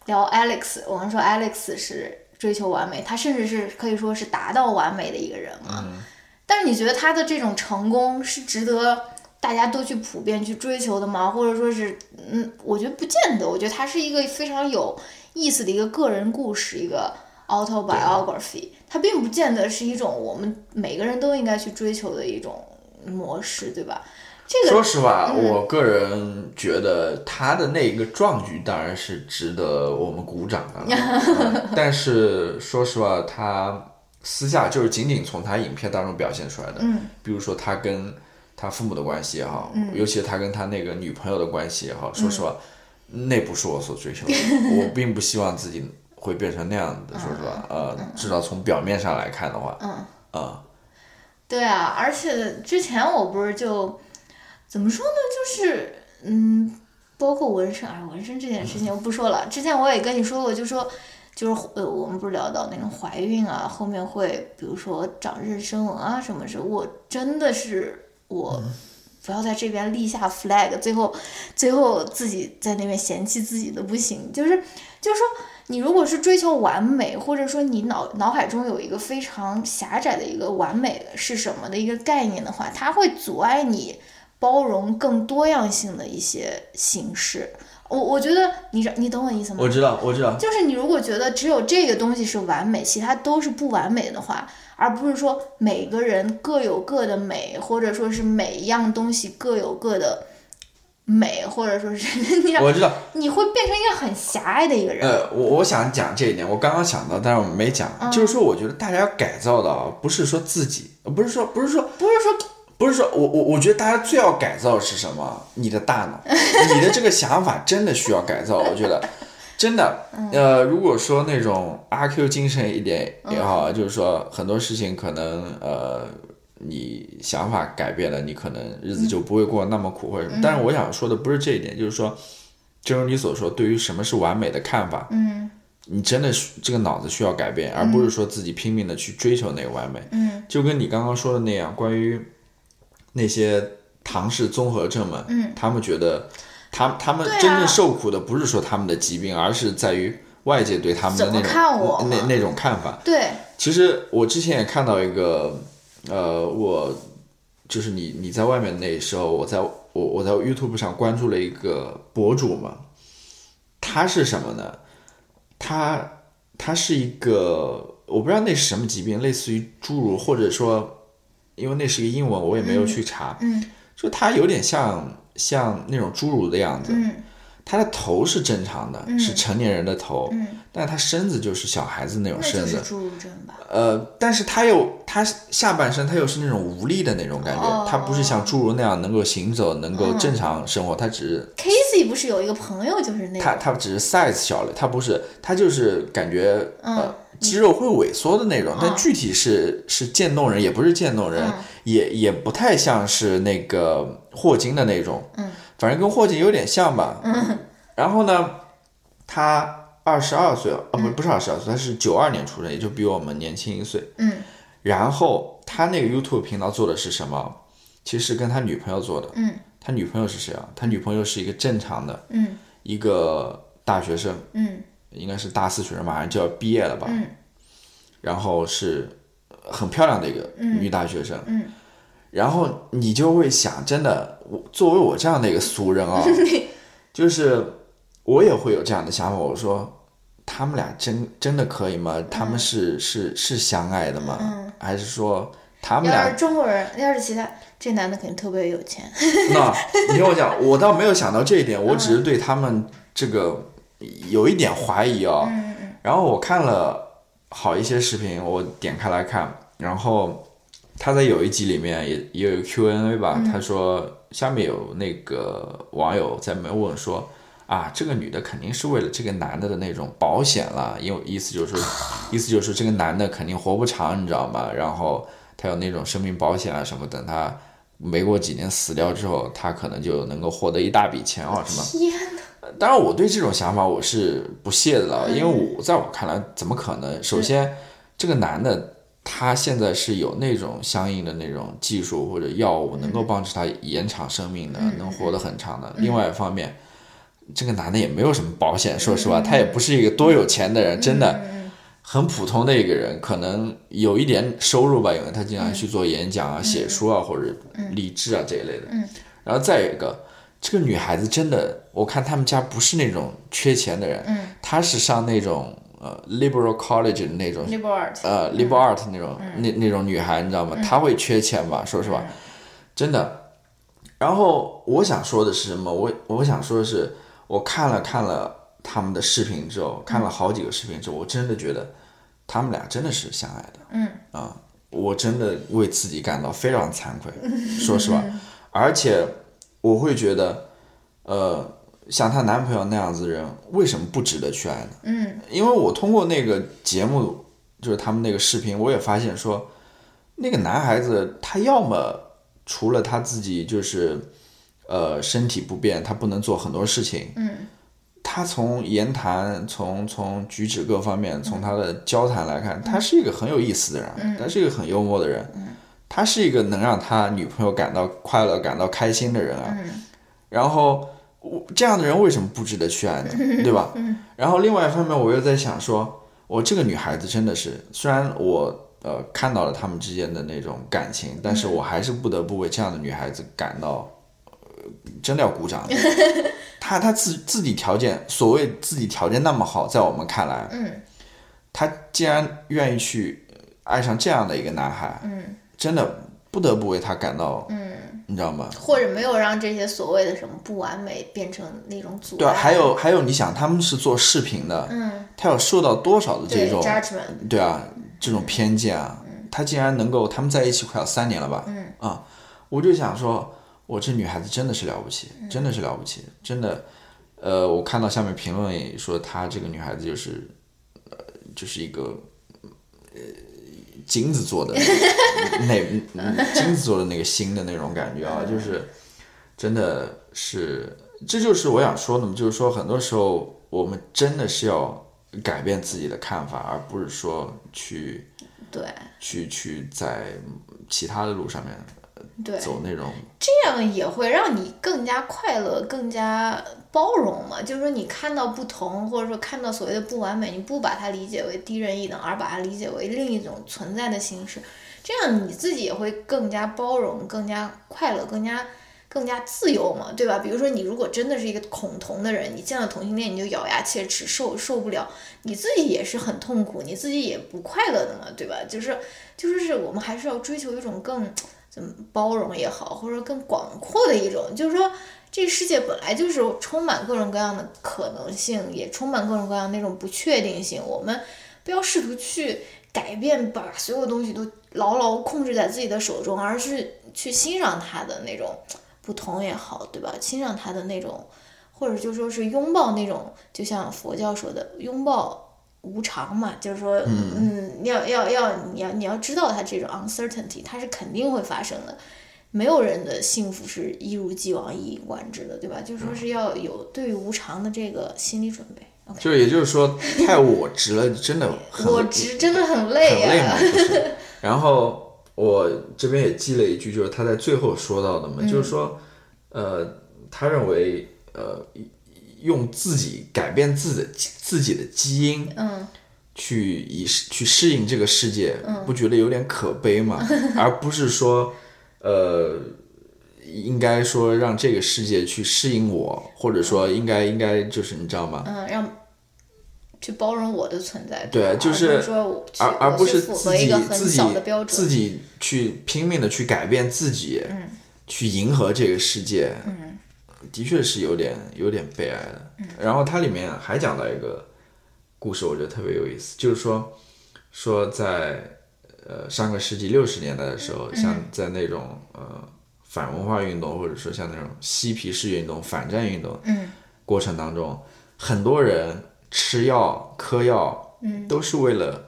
聊 Alex，我们说 Alex 是追求完美，他甚至是可以说是达到完美的一个人嘛。
嗯
但是你觉得他的这种成功是值得大家都去普遍去追求的吗？或者说是，嗯，我觉得不见得。我觉得他是一个非常有意思的一个个人故事，一个 autobiography。它并不见得是一种我们每个人都应该去追求的一种模式，对吧？这
说
个嗯
实话，我个人觉得他的那个壮举当然是值得我们鼓掌的了、 嗯但是说实话，他私下就是仅仅从他影片当中表现出来的，
嗯，
比如说他跟他父母的关系也好，尤其是他跟他那个女朋友的关系也好，说实话，
嗯
那不是我所追 求的，我并不希望自己会变成那样的。说实话，
嗯
呃，至少从表面上来看的话，嗯，啊、
对啊，而且之前我不是就怎么说呢，就是嗯，包括纹身，哎，纹身这件事情不说了。之前我也跟你说过，就说就是呃，我们不是聊到那种怀孕啊，后面会比如说长妊娠纹啊什么什么，我真的是我不要在这边立下 flag，最后最后自己在那边嫌弃自己的不行，就是就是说，你如果是追求完美，或者说你脑脑海中有一个非常狭窄的一个完美是什么的一个概念的话，它会阻碍你包容更多样性的一些形式，我我觉得你知你懂我意思吗？
我知道，我知道，
就是你如果觉得只有这个东西是完美，其他都是不完美的话，而不是说每个人各有各的美，或者说是每一样东西各有各的美，或者说是你
我知道。
你会变成一个很狭隘的一个人。
呃，我我想讲这一点，我刚刚想到，但是我没讲，
嗯
就是说，我觉得大家要改造的啊，不是说自己，呃不是说，不是说，
不是说
不是说我我我觉得大家最要改造的是什么？你的大 脑，你的这个想法真的需要改造。我觉得，真的，
嗯
呃，如果说那种阿 Q 精神一点
嗯
也好，就是说很多事情可能呃，你想法改变了，你可能
嗯
日子就不会过那么苦或者什么。但是我想说的不是这一点，就是说，正如你所说，对于什么是完美的看法，
嗯
你真的是这个脑子需要改变，而不是说自己拼命的去追求那个完美。
嗯
就跟你刚刚说的那样，关于那些唐氏综合症们，
嗯
他们觉得他他们
对啊
真正受苦的不是说他们的疾病，而是在于外界对他们的
怎
那
么看我
种
嘛
那那种看法。
对
其实我之前也看到一个，呃，我就是你你在外面那时候，我在我我在 YouTube 上关注了一个博主嘛，他是什么呢？他他是一个我不知道那是什么疾病，类似于侏儒，或者说，因为那是个英文，我也没有去查，
嗯
就他有点像像那种侏儒的样子，
嗯
他的头是正常的，是成年人的头，
嗯，
但他身子就是小孩子那种
那
身
就
子
是，侏儒症吧？
呃，但是他又他下半身他又是那种无力的那种感觉，
哦
他不是像侏儒那样能够行走、能够正常生活，他只是
Casey 不是有一个朋友就是那
他
个，
他只是 size 小了，他不是他就是感觉、
嗯
呃肌肉会萎缩的那种，但具体是是渐冻人，也不是渐冻
嗯
人，也也不太像是那个霍金的那种，
嗯，
反正跟霍金有点像吧。嗯， 然后呢，他二十二岁，啊不不是二十二岁，他是九二年出生，也就比我们年轻一岁。
嗯
然后他那个 YouTube 频道做的是什么？其实跟他女朋友做的。
嗯
他女朋友是谁啊？他女朋友是一个正常的
嗯
一个大学生，
嗯
应该是大四学生，马上就要毕业了吧？
嗯
然后是很漂亮的一个女大学生。
嗯
然后你就会想，真的，我作为我这样的一个俗 人啊、就是我也会有这样的想法。我说，他们俩真真的可以吗？他
嗯
们是、是是相爱的吗？还是说他 们俩
要是中国人，要是其他，这男的肯定特别有钱。
那你听我讲，我倒没有想到这一点，我
嗯
只是对他们这个有一点怀疑哦。然后我看了好一些视频，我点开来看，然后他在有一集里面也也有一个 Q&A 吧，他说下面有那个网友在问说。啊，这个女的肯定是为了这个男的的那种保险啦，因为意思就是说，意思就是说这个男的肯定活不长，你知道吗？然后他有那种生命保险啊什么，等他没过几年死掉之后，他可能就能够获得一大笔钱啊什么。
天呐，
当然，我对这种想法我是不屑的了，因为我在我看来，怎么可能？首先，这个男的他现在是有那种相应的那种技术或者药物能够帮助他延长生命的，能活得很长的。另外一方面，这个男的也没有什么保险，说实话，他也不是一个多有钱的人，真的。很普通的一个人，可能有一点收入吧，因为他经常去做演讲啊、写书啊或者励志啊这一类的。然后再有一个，这个女孩子真的，我看他们家不是那种缺钱的人，
嗯
她是上那种呃 liberal college 的那种
那波尔
呃 liberal art 那种、
嗯
那那种女孩，你知道吗？她会缺钱吧？说实话，真的。然后我想说的是什么？我我想说的是，我看了看了他们的视频之
嗯
后，看了好几个视频之后，我真的觉得他们俩真的是相爱的。
嗯
啊、我真的为自己感到非常惭 愧，说实话。而且我会觉得，呃，像她男朋友那样子的人，为什么不值得去爱呢？
嗯
因为我通过那个节目，就是他们那个视频，我也发现说，那个男孩子他要么除了他自己就是，呃，身体不便，他不能做很多事情，
嗯
他从言谈、从从举止各方面，从他的交谈来看，他是一个很有意思的人，他是一个很幽默的人，他是一个能让他女朋友感到快乐、感到开心的人啊。然后我这样的人为什么不值得去 爱呢？对吧？
嗯
然后另外一方面，我又在想说，我这个女孩子真的是，虽然我呃看到了他们之间的那种感情，但是 我还是不得不为这样的女孩子感到，呃真的要鼓掌的。他他自自己条件，所谓自己条件那么好，在我们看来，
嗯
他竟然愿意去爱上这样的一个男孩，
嗯
真的不得不为他感到，
嗯，
你知道吗？
或者没有让这些所谓的什么不完美变成那种阻碍。
对啊，还有还有，你想他们是做视频的，
嗯，
他有受到多少的这
对
种，
judgment，
对啊，这种偏见啊，他竟然能够，他们在一起快要三年了吧？嗯啊，我就想说，我这女孩子真的是了不起，真的是了不起，真的。呃，我看到下面评论也说，她这个女孩子就是，呃，就是一个，呃，金子做的那金子做的那个心的那种感觉啊，就是真的是，这就是我想说的嘛，就是说很多时候我们真的是要改变自己的看法，而不是说去
对
去去在其他的路上面
对，
走那种，
这样也会让你更加快乐，更加包容嘛。就是说，你看到不同，或者说看到所谓的不完美，你不把它理解为低人一等，而把它理解为另一种存在的形式，这样你自己也会更加包容、更加快乐、更加。更加自由嘛，对吧？比如说，你如果真的是一个恐同的人，你见到同性恋你就咬牙切齿，受受不了，你自己也是很痛苦，你自己也不快乐的嘛，对吧？就是就是是我们还是要追求一种更怎么包容也好，或者说更广阔的一种，就是说这世界本来就是充满各种各样的可能性，也充满各种各样那种不确定性。我们不要试图去改变，把所有东西都牢牢控制在自己的手中，而是去欣赏它的那种不同也好，对吧？欣赏它的那种，或者就说是拥抱那种，就像佛教说的拥抱。无常嘛，就是说，嗯，要要要，你要你要知道它这种 uncertainty，它是肯定会发生的。没有人的幸福是一如既往、一以贯之的，对吧？就
嗯
说是要有对于无常的这个心理准备。OK，
就是也就是说太我执了，真的很
我直真的很
很
累呀、啊
累嘛，不是？然后我这边也记了一句，就是他在最后说到的嘛，
嗯
就是说，呃，他认为，呃，用自己改变自己的基自己的基因，
嗯，
去以适去适应这个世界，不觉得有点可悲 吗？而不是说，呃，应该说让这个世界去适应我，或者说应该应该就是你知道吗？
嗯，让去包容我的存在，
对
吧
就
而
是
不说我去
而而
我
不
去
是
符
自
合一
己
个
自
很
己
小的标
自
准，
己去拼命的去改变自己，
嗯
去迎合这个世界，的确是有点有点悲哀的。
嗯
然后它里面还讲到一个故事，我觉得特别有意思，就是说说在呃上个世纪六十年代的时
嗯
候，像在那种呃反文化运动，或者说像那种嬉皮士运动、反战运动，
嗯
过程当中，很多人吃药、嗑药，嗯，都是为了，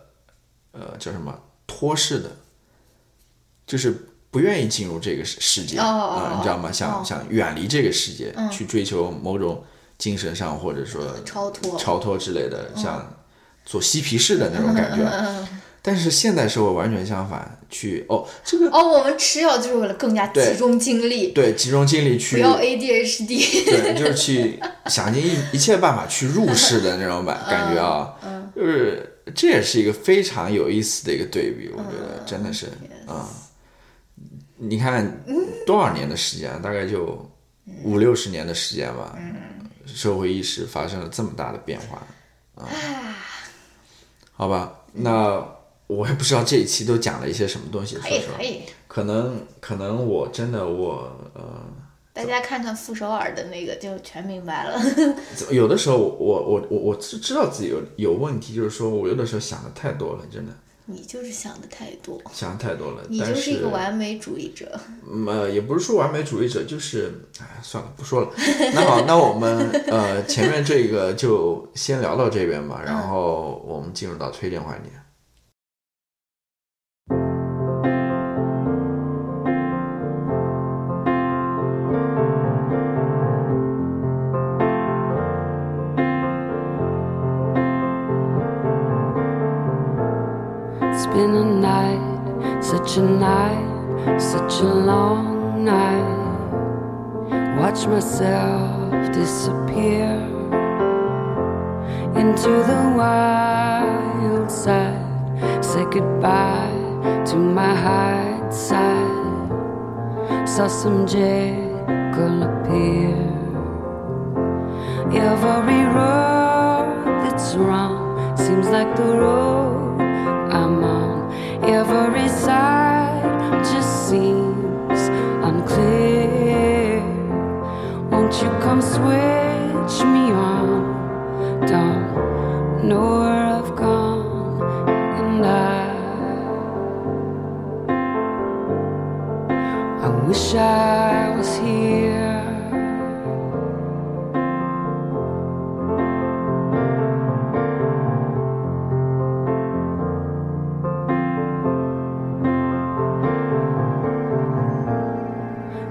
呃，叫什么脱世的，就是不愿意进入这个世世界
哦
啊、
哦哦
你知道吗？想、
哦嗯
想远离这个世界，去追求某种精神上或者说
超脱，嗯
超脱之类的，像做嬉皮士的那种 感觉。但是现代社会完全相反，去哦，这个
哦，我们吃药就是为了更加
对
集中精力，
对集中精力去
不要 ADHD，
对，就是去想尽一一切办法去入世的那种感 感觉啊，
嗯
就是这也是一个非常有意思的一个对比，我觉
嗯
得真的是啊、你看多少年的时间，大概就五六十年的时间吧，
嗯
社会意识发生了这么大的变化啊，好吧，那我也不知道这一期都讲了一些什么东西，说
可以
实话
可，以，
可能可能我真的我呃。
大家看看傅首尔的那个就全明白了，
有的时候我，我我我我知知道自己有有问题，就是说我有的时候想的太多了，真的
你就是想的太多，
想的太多了。
你就
但
是
是
一个完美主义者，
嗯呃，也不是说完美主义者，就是哎，算了，不说了。 那好，那我们呃前面这个就先聊到这边
嗯
吧，然后我们进入到推荐环节。
It's been a night, such a night, such a long night. Watch myself disappear into the wild side. Say goodbye to my high side. Saw some jackal appear. Every road that's wrong seems like the road I'm on. Every side just seems unclear. Won't you come switch me on? Don't know where I've gone, and I I wish I was here.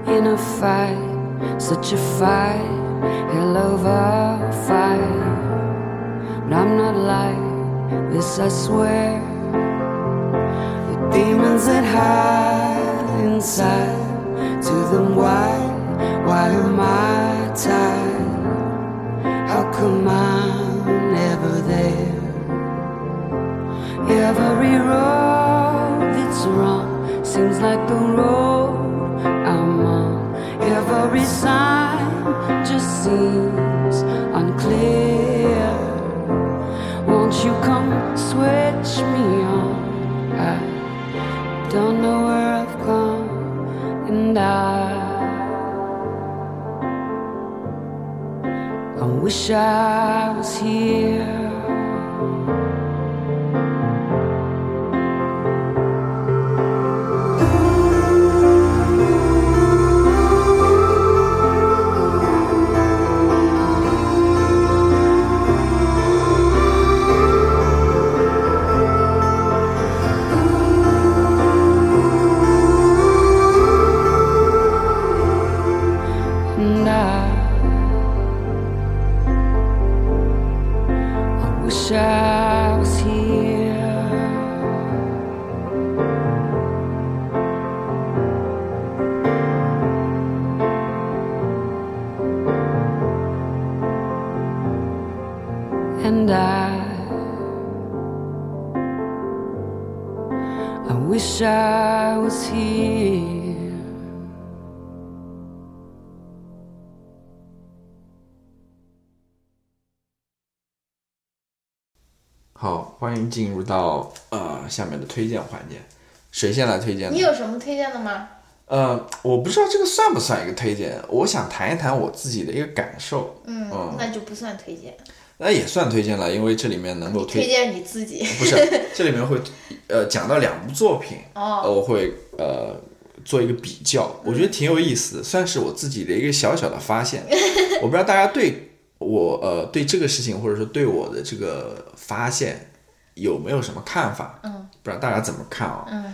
in a fight, such a fight, hell of a fight. But I'm not like this, I swear. The demons that hide inside, to them, why, why am I tired? How come I'm never there? Every road that's wrong seems like the road I'm on. Every sign just seems unclear. Won't you come switch me on? I don't know where I've gone, and I I wish I was here. And I, I wish I was here. And I, I wish I was here.
好，欢迎进入到呃下面的推荐环节，谁先来推荐呢？
你有什么推荐的吗？
呃，我不知道这个算不算一个推荐，我想谈一谈我自己的一个感受。嗯，
那就不算推荐，
那也算推荐了，因为这里面能够推
推荐你自己。
不是这里面会呃讲到两部作品，
哦嗯
呃我会呃做一个比较，我觉得挺有意思的，算是我自己的一个小小的发现。 我不知道大家对我呃对这个事情，或者说对我的这个发现有没有什么看法？嗯，不知道大家怎么看啊、
嗯，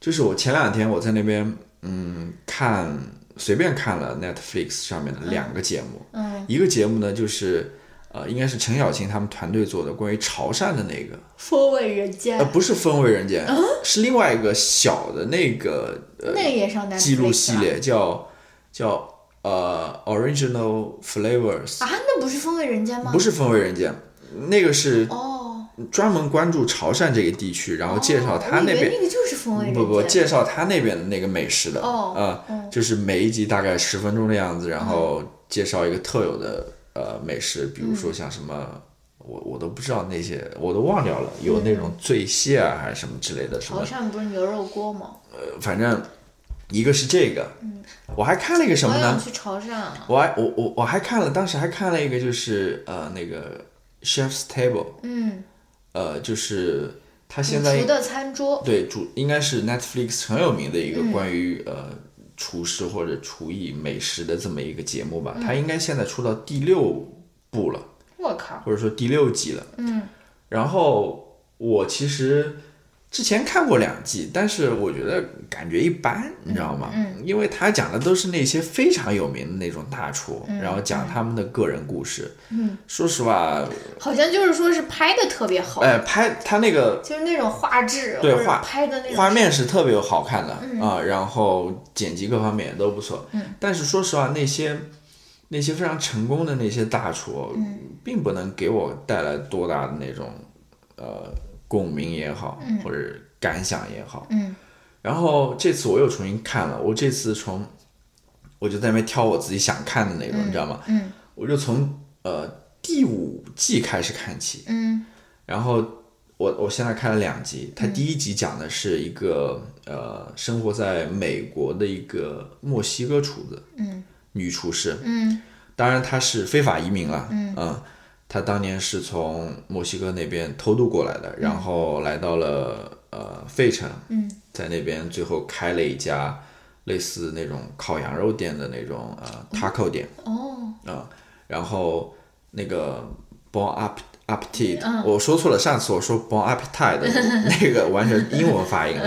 就是我前两天我在那边嗯看随便看了 Netflix 上面的两个节目，
嗯，
一个节目呢就是。呃，应该是陈小青他们团队做的关于潮汕的那个，
风味人间
呃，不是《风味人
嗯
间》是另外一个小的那个呃
那个也上 Netflix 啊
记录系
了
列，叫叫呃 Original Flavors，、
啊？那不是风味人间吗？
不是《风味人间》，那个是
哦，
专门关注潮汕这个地区，然后介绍他
我以
那
为
边。
那个就是风味人
不
间。
不，介绍他那边的那个美食的，
哦
呃
嗯
就是每一集大概十分钟的样子，然后介绍一个特有的呃美食，比如
嗯
说像什么，我我都不知道那些，我都忘掉了，有
嗯
那种醉蟹啊，还是什么之类的，什么
潮汕不是牛肉锅吗？
反正一个是这个，我还看了一个什么
好想
呢？
去潮汕啊！
我还我我我还看了，当时还看了一个就是呃那个 Chef's Table，
嗯，
呃就是他现
主
在
厨的嗯餐桌，
对主应该是 Netflix 很有名的一个关于、呃厨师或者厨艺美食的这么一个节目
嗯
吧，它应该现在出到第六部了。
我靠，
或者说第六季了。
嗯，
然后我其实之前看过两季，但是我觉得感觉一般，你知道吗？嗯，因为他讲的都是那些非常有名的那种大厨，然后讲他们的个人故事。嗯，说实话，
好像就是说是拍的特别好，
哎，拍他那个
就是那种画质，
对
或者
画
拍的那种
画面是特别好看的啊、然后剪辑各方面也都不错。但是说实话，那些那些非常成功的那些大厨，并不能给我带来多大的那种呃共鸣也好，或者感想也好。
嗯
然后这次我又重新看了，我这次从我就在那边挑我自己想看的那种，你知道吗？
嗯
我就从呃第五季开始看起，
嗯
然后我我现在看了两集，它第一集讲的是一个、呃生活在美国的一个墨西哥厨子，
嗯
女厨师，
嗯
当然她是非法移民了，嗯她当年是从墨西哥那边偷渡过来的，然后来到了呃费城，
嗯
在那边最后开了一家类似那种烤羊肉店的那种呃 taco 店，
哦
然后那个 Bon App。Appetit，、我说错了，上次我说 Bon Appetit 的那个完全英文发音了。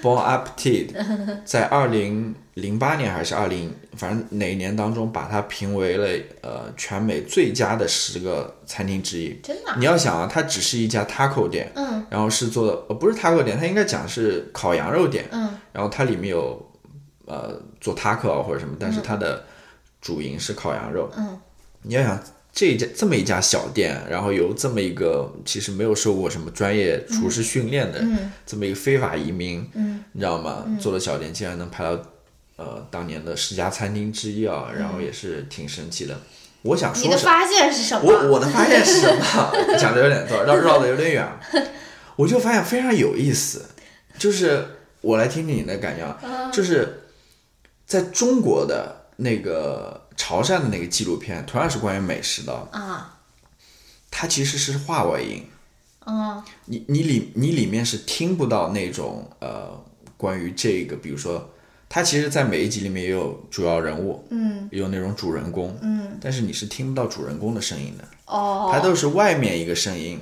Bon Appetit 在二零零八年还是二零，反正哪一年当中，把它评为了呃全美最佳的十个餐厅之一。
真的啊
你要想啊，它只是一家 taco 店，
嗯
然后是做的呃不是 taco 店，它应该讲是烤羊肉店，
嗯
然后它里面有呃做 taco 啊或者什么，但是它的主营是烤羊肉。
嗯
你要想这一家这么一家小店，然后由这么一个其实没有受过什么专业厨师训练的、
嗯
这么一个非法移民，
嗯
你知道吗？做了小店竟然能排到呃当年的十佳餐厅之一啊，然
嗯
后也是挺神奇的。我想
你
说
的
什么？
发现是什么？
我我的发现是什么？ 讲的有点绕绕绕的有点远， 我就发现非常有意思，就是我来听听你的感觉
嗯
啊，就是在中国的那个潮汕的那个纪录片，同样是关于美食的，
啊
它其实是话外音，
啊
你你里你里面是听不到那种呃关于这个，比如说，它其实，在每一集里面也有主要人物，
嗯
也有那种主人公，
嗯
但是你是听不到主人公的声音的，它
哦
都是外面一个声音，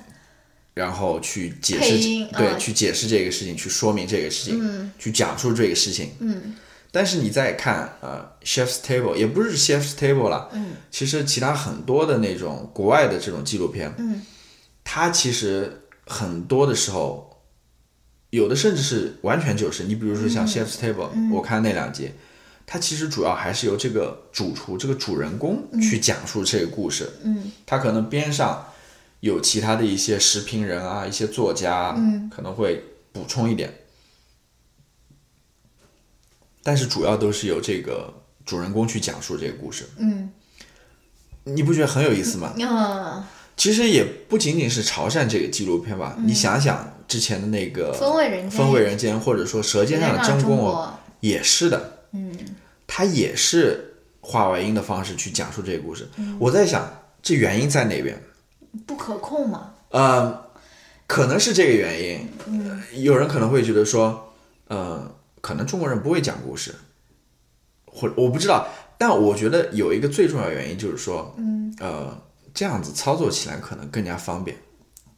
然后去解
配
释
音
这，对，
啊
去解释这个事情，去说明这个事情，去讲述这个事情。
嗯
但是你再看呃，Chef's Table 也不是 Chef's Table 啦，
嗯
其实其他很多的那种国外的这种纪录片，
嗯
它其实很多的时候，有的甚至是完全就是你比如说
嗯
像 Chef's Table，、我看那两集，它其实主要还是由这个主厨这个主人公去讲述这个故事，
嗯
他可能边上有其他的一些时评人啊，一些作家啊、
嗯
可能会补充一点，但是主要都是由这个主人公去讲述这个故事，
嗯
你不觉得很有意思吗？呃
啊，
其实也不仅仅是潮汕这个纪录片吧，
嗯
你想想之前的那个《
风味人间
风味人间》啊或者说《舌尖上的
舌尖上的中
中国》
国
也是的，嗯，它也是话外音的方式去讲述这个故事。
嗯
我在想，这原因在哪边？
不可控嘛，
呃，可能是这个原因。呃有人可能会觉得说，呃，可能中国人不会讲故事，或我不知道。但我觉得有一个最重要的原因就是说，嗯，呃，这样子操作起来可能更加方便，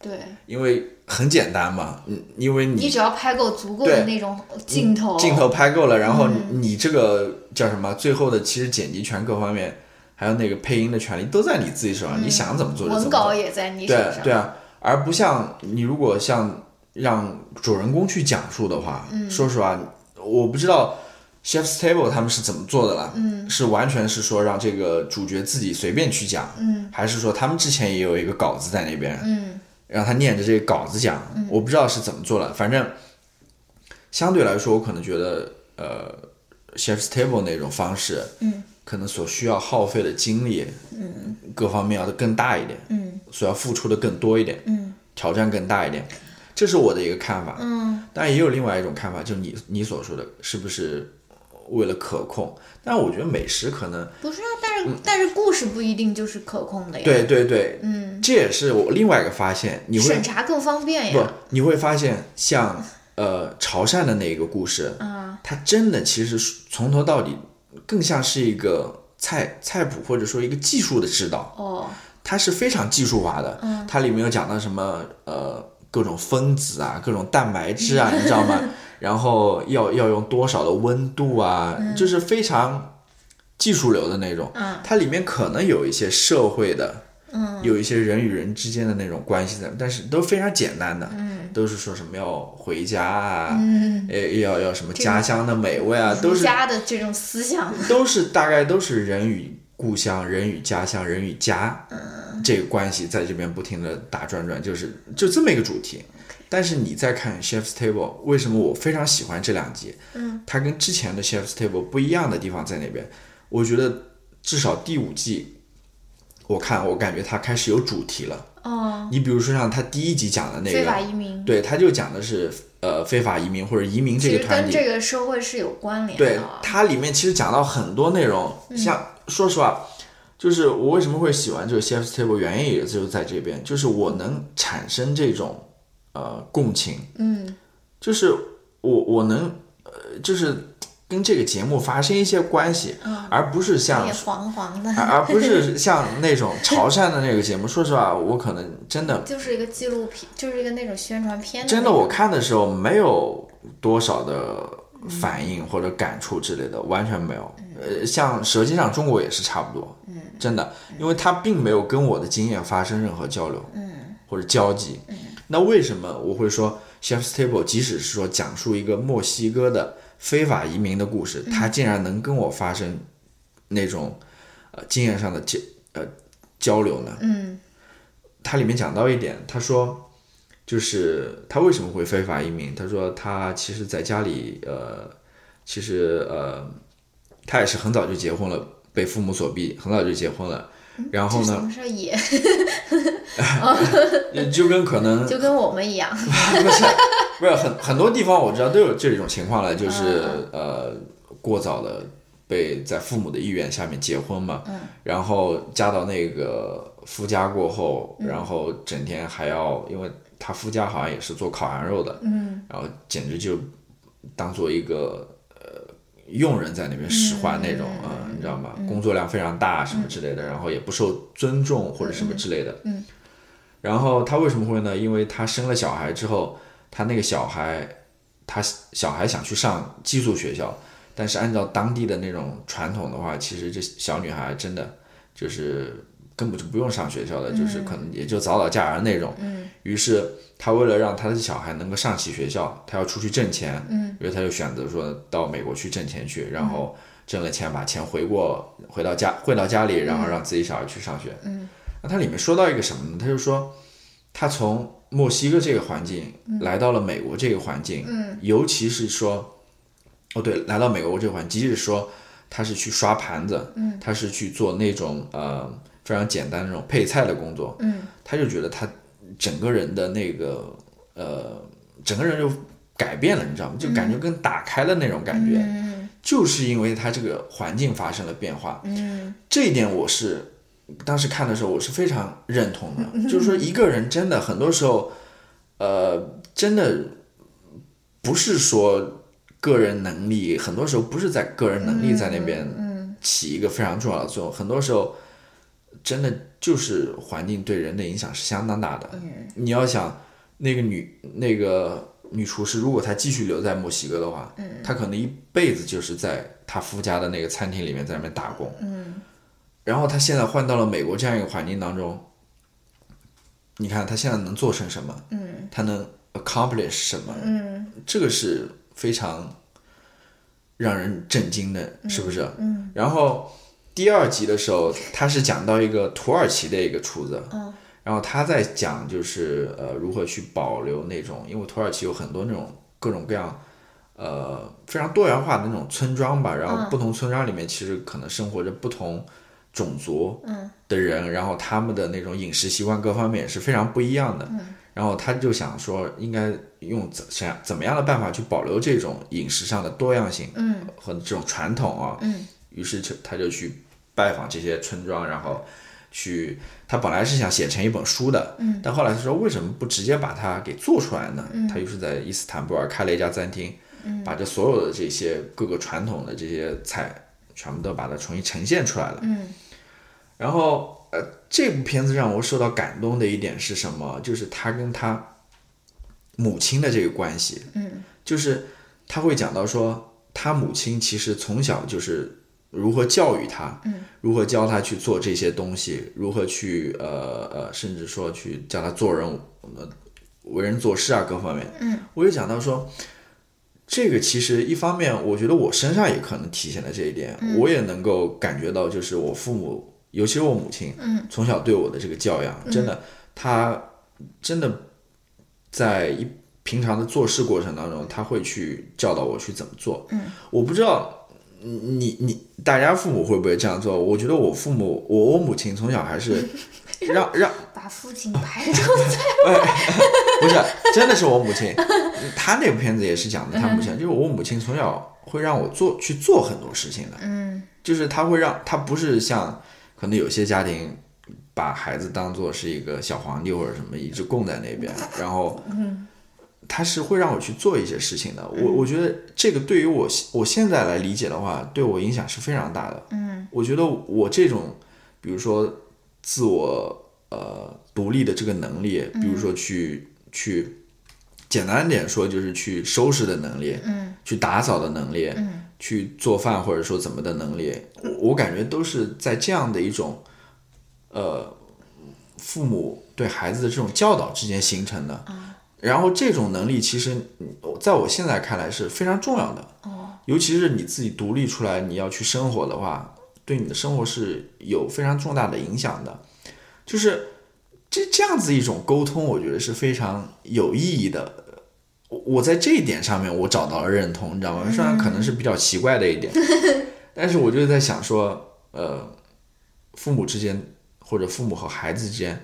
对
因为很简单嘛。嗯，因为
你
你
只要拍够足够的
对嗯
那种镜头，
镜头拍够了，然后你你这个叫什么？最后的其实剪辑权各方面，还有那个配音的权利都在你自己手上，你想怎么做就怎么
文
做。
稿也在你手
对
上，
对啊，而不像你如果像让主人公去讲述的话，
嗯
说实话，我不知道 Chef's Table 他们是怎么做的啦，嗯，是完全是说让这个主角自己随便去讲，
嗯，
还是说他们之前也有一个稿子在那边，
嗯
让他念着这个稿子讲，我不知道是怎么做的，反正相对来说，我可能觉得呃，Chef's Table 那种方式，
嗯，
可能所需要耗费的精力，嗯，各方面要更大一点，
嗯
所要付出的更多一点，
嗯
挑战更大一点，这是我的一个看法。
嗯
当然也有另外一种看法，就你你所说的，是不是为了可控？但我觉得美食可能，
不是啊，但是、但是故事不一定就是可控的呀，，
嗯对对对，
嗯，
这也是我另外一个发现。你会
审查更方便
不
呀，？
你会发现像呃潮汕的那个故事，
啊，
它真的其实是从头到底更像是一个菜菜谱或者说一个技术的指导。
哦，
它是非常技术化的，它里面有讲到什么呃各种分子啊，各种蛋白质啊，你知道吗？然后要要用多少的温度啊，就是非常技术流的那种。
嗯
它里面可能有一些社会的，有一些人与人之间的那种关系在，但是都非常简单的，都是说什么要回家啊，呃要要什么家乡的美味啊，都
儒
是
家的这种思想，
都是大概都是人与故乡、人与家乡、人与家、
嗯
这个关系在这边不停的打转转，就是就这么一个主题。但是你再看《Chef's Table》，为什么我非常喜欢这两集？嗯，它跟之前的《Chef's Table》不一样的地方在那边，我觉得至少第五季我看我感觉他开始有主题了。
嗯，
你比如说像他第一集讲的那个
非法移民，
对，他就讲的是呃非法移民或者移民这
其
个
实
团
跟
体，
这个社会是有关联
对
的啊。嗯
它里面其实讲到很多内容，像说实话，就是我为什么会喜欢这个 Chef's Table，原因也就在这边，就是我能产生这种呃共情，
嗯，
就是我我能呃就是跟这个节目发生一些关系，而不是像
嗯也黄黄的，
而而不是像那种潮汕的那个节目，说实话，我可能真的
就是一个纪录片，就是一个那种宣传片。
真的，我看的时候没有多少的反应或者感触之类的，完全没有。呃，像《舌尖上中国》也是差不多，嗯，真的，因为它并没有跟我的经验发生任何交流，嗯，或者交集。那为什么我会说《Chef's Table》即使是说讲述一个墨西哥的非法移民的故事，它竟然能跟我发生那种呃经验上的交呃交流呢？
嗯
它里面讲到一点，他说，就是他为什么会非法移民？他说他其实在家里，呃，其实呃，他也是很早就结婚了，被父母所逼，很早就结婚了。然后
这什
呢，
么事儿也
也就跟可能
就跟我们一样，
不是 不是很很多地方我知道都有这种情况了，就是
嗯
呃过早的被在父母的意愿下面结婚嘛，
嗯
然后嫁到那个夫家过后，
嗯
然后整天还要，因为他夫家好像也是做烤羊肉的，
嗯
然后简直就当做一个呃佣人在那边使唤那种
嗯
啊、你知道吗？工作量非常大什么之类的，然后也不受尊重或者什么之类的。
嗯嗯
然后他为什么会呢？因为他生了小孩之后，他那个小孩，他小孩想去上寄宿学校，但是按照当地的那种传统的话，其实这小女孩真的就是根本就不用上学校的，就是可能也就早早嫁人那种。
嗯
于是他为了让他的小孩能够上起学校，他要出去挣钱，
嗯，
因为他就选择说到美国去挣钱去，然后挣了钱把钱回过回到家汇到家里，然后让自己小孩去上学。
嗯，
那他里面说到一个什么呢？他就说他从墨西哥这个环境来到了美国这个环境，
嗯，
尤其是说，哦对，来到美国这个环境，即使说他是去刷盘子，嗯，他是去做那种呃非常简单的那种配菜的工作，
嗯，
他就觉得他整个人的那个呃，整个人就改变了，你知道吗？就感觉跟打开了那种感觉，
嗯
就是因为他这个环境发生了变化，
嗯
这一点我是当时看的时候我是非常认同的，
嗯
就是说一个人真的很多时候，呃，真的不是说个人能力，很多时候不是在个人能力在那边
嗯
起一个非常重要的作用，很多时候真的就是环境对人的影响是相当大的。你要想那个女那个女厨师，如果她继续留在墨西哥的话，
嗯
她可能一辈子就是在她夫家的那个餐厅里面在那边打工。
嗯
然后他现在换到了美国这样一个环境当中，你看他现在能做成什么？
嗯
他能 accomplish 什么？
嗯
这个是非常让人震惊的，是不是？
嗯
然后第二集的时候，他是讲到一个土耳其的一个厨子，
嗯
然后他在讲就是呃如何去保留那种，因为土耳其有很多那种各种各样呃非常多元化的那种村庄吧，然
嗯
后不同村庄里面其实可能生活着不同种族
嗯
的人，然后他们的那种饮食习惯各方面也是非常不一样的。然后他就想说，应该用怎想怎么样的办法去保留这种饮食上的多样性
嗯
和这种传统啊，
嗯
于是就他就去拜访这些村庄，然后去他本来是想写成一本书的，
嗯
但后来他说为什么不直接把它给做出来呢？他于是在伊斯坦布尔开了一家餐厅，
嗯
把这所有的这些各个传统的这些菜全部都把它重新呈现出来了。
嗯
然后呃，这部片子让我受到感动的一点是什么？就是他跟他母亲的这个关系，
嗯，
就是他会讲到说，他母亲其实从小就是如何教育他，
嗯，
如何教他去做这些东西，如何去呃呃，甚至说去教他做人，呃，为人做事啊，各方面，
嗯，
我就讲到说。这个其实一方面，我觉得我身上也可能体现了这一点，
嗯
我也能够感觉到，就是我父母尤其是我母亲，
嗯，
从小对我的这个教养，真的，她真的在一平常的做事过程当中，她会去教导我去怎么做，
嗯，
我不知道你你大家父母会不会这样做？我觉得我父母，我我母亲从小还是让让
把父亲排除在
不是，真的是我母亲，她那部片子也是讲的她母亲，就是我母亲从小会让我做去做很多事情的，
嗯，
就是她会让她不是像可能有些家庭把孩子当做是一个小皇帝或者什么，一直供在那边，然后，她是会让我去做一些事情的。我我觉得这个对于我我现在来理解的话，对我影响是非常大的。嗯，我觉得我这种，比如说自我呃独立的这个能力，比如说去、去简单一点说，就是去收拾的能力，嗯，去打扫的能力，嗯，去做饭或者说怎么的能力，我我感觉都是在这样的一种呃父母对孩子的这种教导之间形成的。然后这种能力其实，嗯在我现在看来是非常重要的。尤其是你自己独立出来，你要去生活的话，对你的生活是有非常重大的影响的。就是这这样子一种沟通，我觉得是非常有意义的。我我在这一点上面，我找到了认同，你知道吗？虽然可能是比较奇怪的一点，但是我就在想说，呃，父母之间或者父母和孩子之间，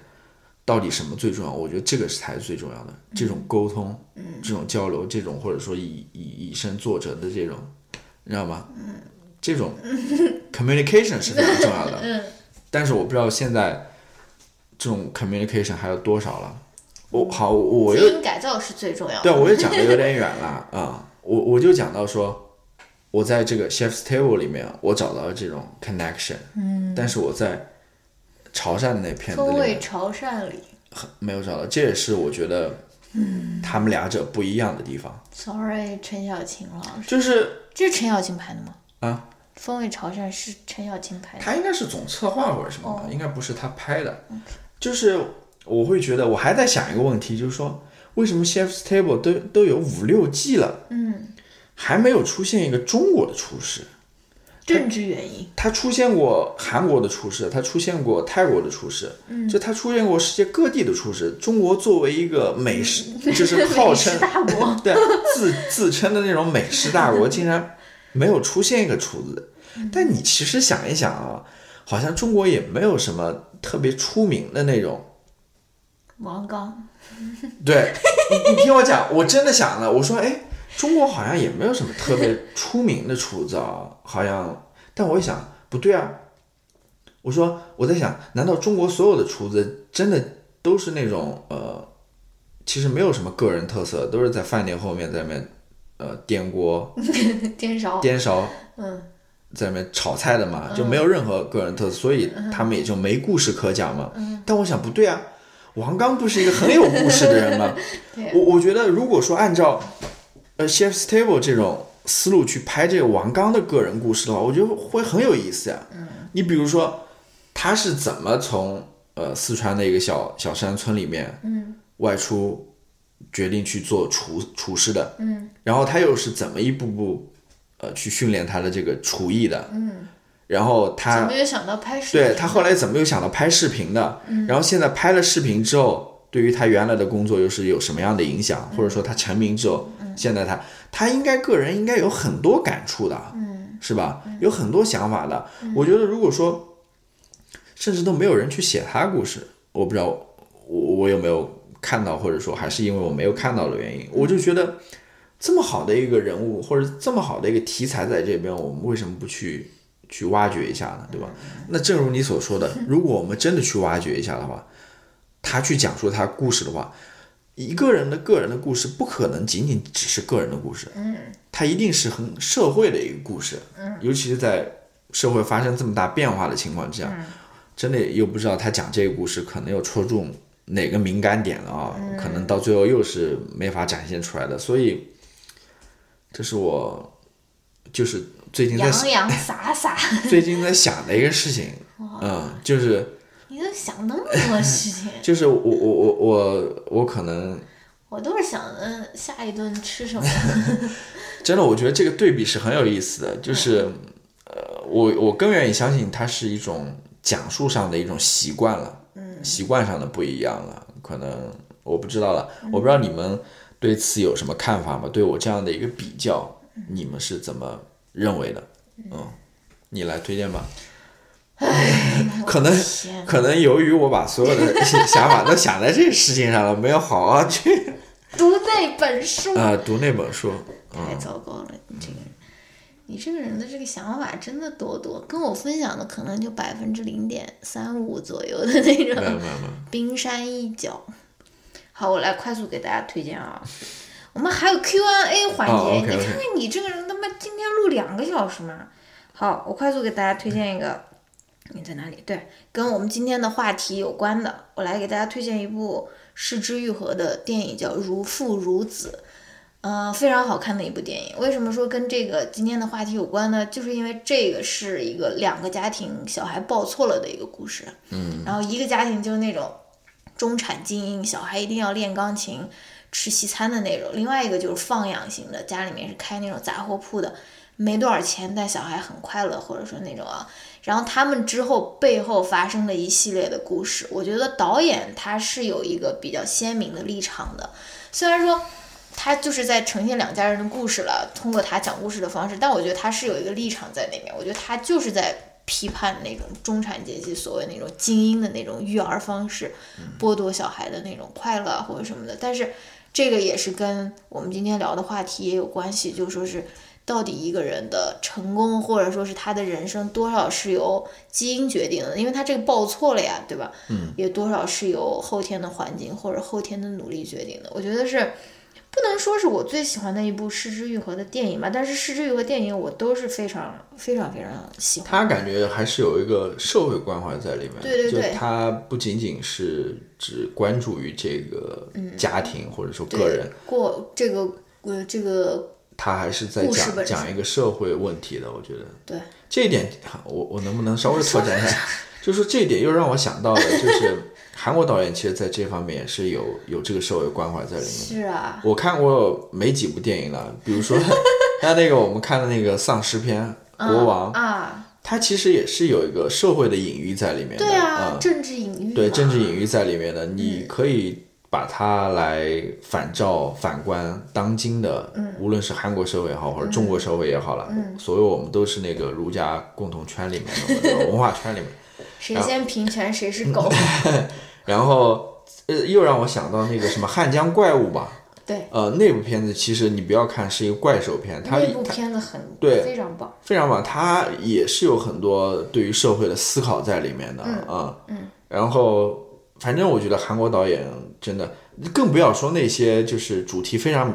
到底什么最重要？我觉得这个是才是最重要的。这种沟通，这种交流，这种或者说以以以身作则的这种，你知道吗？这种 communication 是非常重要的。 但是我不知道现在这种 communication 还有多少了。我好，我我又
基因改造是最重要
对，
的。
我也讲的有点远了啊、我我就讲到说，我在这个 Chef's Table 里面，我找到了这种 connection，嗯，但是我在潮汕那片子
风
里
味
面
潮汕里
没有找到，这也是我觉得他们俩者不一样的地方，
，sorry，陈小青老师，
就是
这是陈小青拍的吗？
啊，
风味潮汕是陈小青拍的。
他应该是总策划或者什么吧，应该不是他拍的，就是我会觉得我还在想一个问题，就是说为什么 Chef's Table 都都有五六季了，
嗯，
还没有出现一个中国的厨师？
政治原因。
他出现过韩国的厨师，他出现过泰国的厨师，嗯，就他出现过世界各地的厨师。中国作为一个美食，就是号称
美食大国
对自自称的那种美食大国，竟然没有出现一个厨子。
嗯
但你其实想一想啊，好像中国也没有什么特别出名的那种。
王刚，
对，你你听我讲，我真的想了，我说，哎，中国好像也没有什么特别出名的厨子啊，好像，但我一想，不对啊，我说我在想，难道中国所有的厨子真的都是那种呃，其实没有什么个人特色，都是在饭店后面在那边呃颠锅、
颠勺，
颠勺，
嗯，
在那边炒菜的嘛，就没有任何个人特色，所以
嗯
他们也就没故事可讲嘛。但我想不对啊，王刚不是一个很有故事的人吗？
对啊
我我觉得如果说按照呃 Chef's Table 这种思路去拍这个王刚的个人故事的话，我觉得会很有意思呀、
嗯
你比如说，他是怎么从呃四川的一个小小山村里面，嗯，外出决定去做厨厨师的，嗯，然后他又是怎么一步步呃去训练他的这个厨艺的，嗯，然后
怎
他
么又想到拍视频？嗯
对他后来怎么又想到拍视频的？然后现在拍了视频之后，对于他原来的工作又是有什么样的影响？或者说他成名之后，
嗯
现在他他应该个人应该有很多感触的，
嗯
是吧？有很多想法的。我觉得如果说，甚至都没有人去写他故事，我不知道我我有没有看到，或者说还是因为我没有看到的原因，我就觉得。这么好的一个人物，或者这么好的一个题材在这边，我们为什么不去去挖掘一下呢？对吧？那正如你所说的，如果我们真的去挖掘一下的话，他去讲述他故事的话，一个人的个人的故事不可能仅仅只是个人的故事，嗯，它一定是很社会的一个故事，嗯，尤其是在社会发生这么大变化的情况之下，真的又不知道他讲这个故事可能又戳中哪个敏感点了啊，可能到最后又是没法展现出来的，所以这是我就是最近在
洋洋洒洒，
最近在想的一个事情，嗯，就是
你怎么想那么多事情？
就是我我我我我可能
我都是想，嗯，下一顿吃什么？
真的，我觉得这个对比是很有意思的，就是呃，我我更愿意相信它是一种讲述上的一种习惯了，嗯，习惯上的不一样了，可能我不知道了，我不知道你们对此有什么看法吗？对我这样的一个比较，你们是怎么认为的？嗯，你来推荐吧。可能可能由于我把所有的想法都想在这个事情上了，没有好好 去
读那本书，
啊、读那本书。
太糟糕了，你这个人，你这个人的这个想法真的多多，跟我分享的可能就百分之零点三五左右的那
没有
种
没有没有，
冰山一角。好，我来快速给大家推荐啊，我们还有 Q&A 环节，
哦，OK，OK
你看看你这个人他妈今天录两个小时嘛。好，我快速给大家推荐一个，你在哪里？对，跟我们今天的话题有关的，我来给大家推荐一部失之愈合的电影，叫《如父如子》。呃，非常好看的一部电影。为什么说跟这个今天的话题有关呢？就是因为这个是一个两个家庭小孩抱错了的一个故事。嗯，然后一个家庭就是那种中产精英，小孩一定要练钢琴、吃西餐的那种；另外一个就是放养型的，家里面是开那种杂货铺的，没多少钱，但小孩很快乐，或者说那种啊。然后他们之后背后发生了一系列的故事，我觉得导演他是有一个比较鲜明的立场的，虽然说。他就是在呈现两家人的故事了，通过他讲故事的方式，但我觉得他是有一个立场在那边，我觉得他就是在批判那种中产阶级所谓那种精英的那种育儿方式，剥夺小孩的那种快乐啊或者什么的。但是这个也是跟我们今天聊的话题也有关系，就说是到底一个人的成功或者说是他的人生多少是由基因决定的，因为他这个报错了呀，对吧？嗯，也多少是由后天的环境或者后天的努力决定的。我觉得是。不能说是我最喜欢的一部失之愈合的电影吧，但是失之愈合电影我都是非常非常非常喜欢。
他感觉还是有一个社会关怀在里面，
对对对
就他不仅仅是只关注于这个家庭、或者说个人，
嗯过这个呃这个
他还是在
故事
讲
本身
讲一个社会问题的。我觉得
对
这一点，我我能不能稍微拓展 一下？就是这一点又让我想到了，就是韩国导演其实在这方面也是有有这个社会关怀在里面。
是啊，
我看过没几部电影了，比如 说他那个我们看的那个丧尸片《
嗯
国王》，
啊，
它其实也是有一个社会的隐喻在里面的。
对啊，嗯
嗯
政治隐喻嘛，
对政治隐喻在里面的，你可以把它来反照、反观当今的，
嗯
无论是韩国社会也好，或者中国社会也好了，所有我们都是那个儒家共同圈里面的或 者文化圈里面。啊
谁先平权谁
嗯
是狗，
然后，呃，又让我想到那个什么《汉江怪物》吧，
对，
呃，那部片子其实你不要看是一个怪兽片，它
那部
它
片子很
对
非常棒，
非常棒，它也是有很多对于社会的思考在里面的啊。嗯，然后反正我觉得韩国导演真的，更不要说那些就是主题非常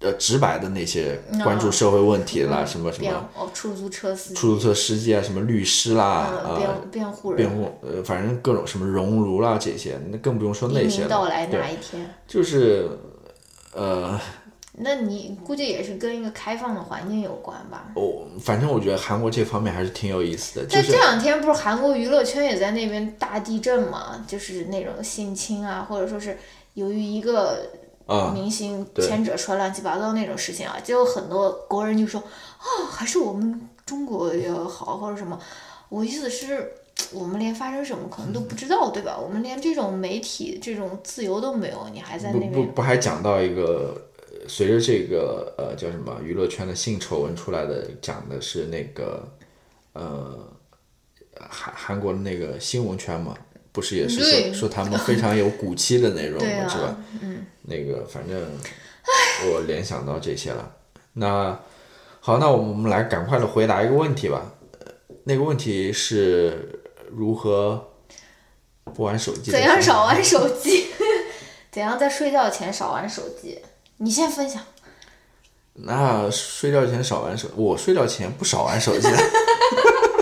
呃直白的那些
嗯
关注社会问题啦，什么什
辩
么
哦出租车司机，
出租车司机啊，什么律师啦
呃
啊。
辩辩护
辩
人，
护，呃，反正各种什么熔炉啦这些，那更不用说那
黎
些
明
了。
到来
对
哪，一天？
就是，呃，
那你估计也是跟一个开放的环境有关吧？
我反正我觉得韩国这方面还是挺有意思的，就
但
是
这两天不是韩国娱乐圈也在那边大地震嘛，就是那种性侵啊，或者说是由于一个
啊
明星
对
牵扯出来乱七八糟那种事情啊，就有很多国人就说啊、还是我们中国要好或者什么。我意思是，我们连发生什么可能都不知道，对吧？我们连这种媒体这种自由都没有，你还在
不
那
不
边
不还讲到一个，呃随着这个呃叫什么娱乐圈的性丑闻出来的，讲的是那个呃韩韩国的那个新闻圈嘛，不是也是说
对
说他们非常有骨气的那种
对
嘛，
啊
是吧？嗯，那个反正我联想到这些了。那好，那我们来赶快的回答一个问题吧。呃那个问题是如何不玩手机？
怎样少？玩手机， 怎样在睡觉前少玩手机。你先分享，
那睡觉前少玩手，我睡觉前不少玩手机的，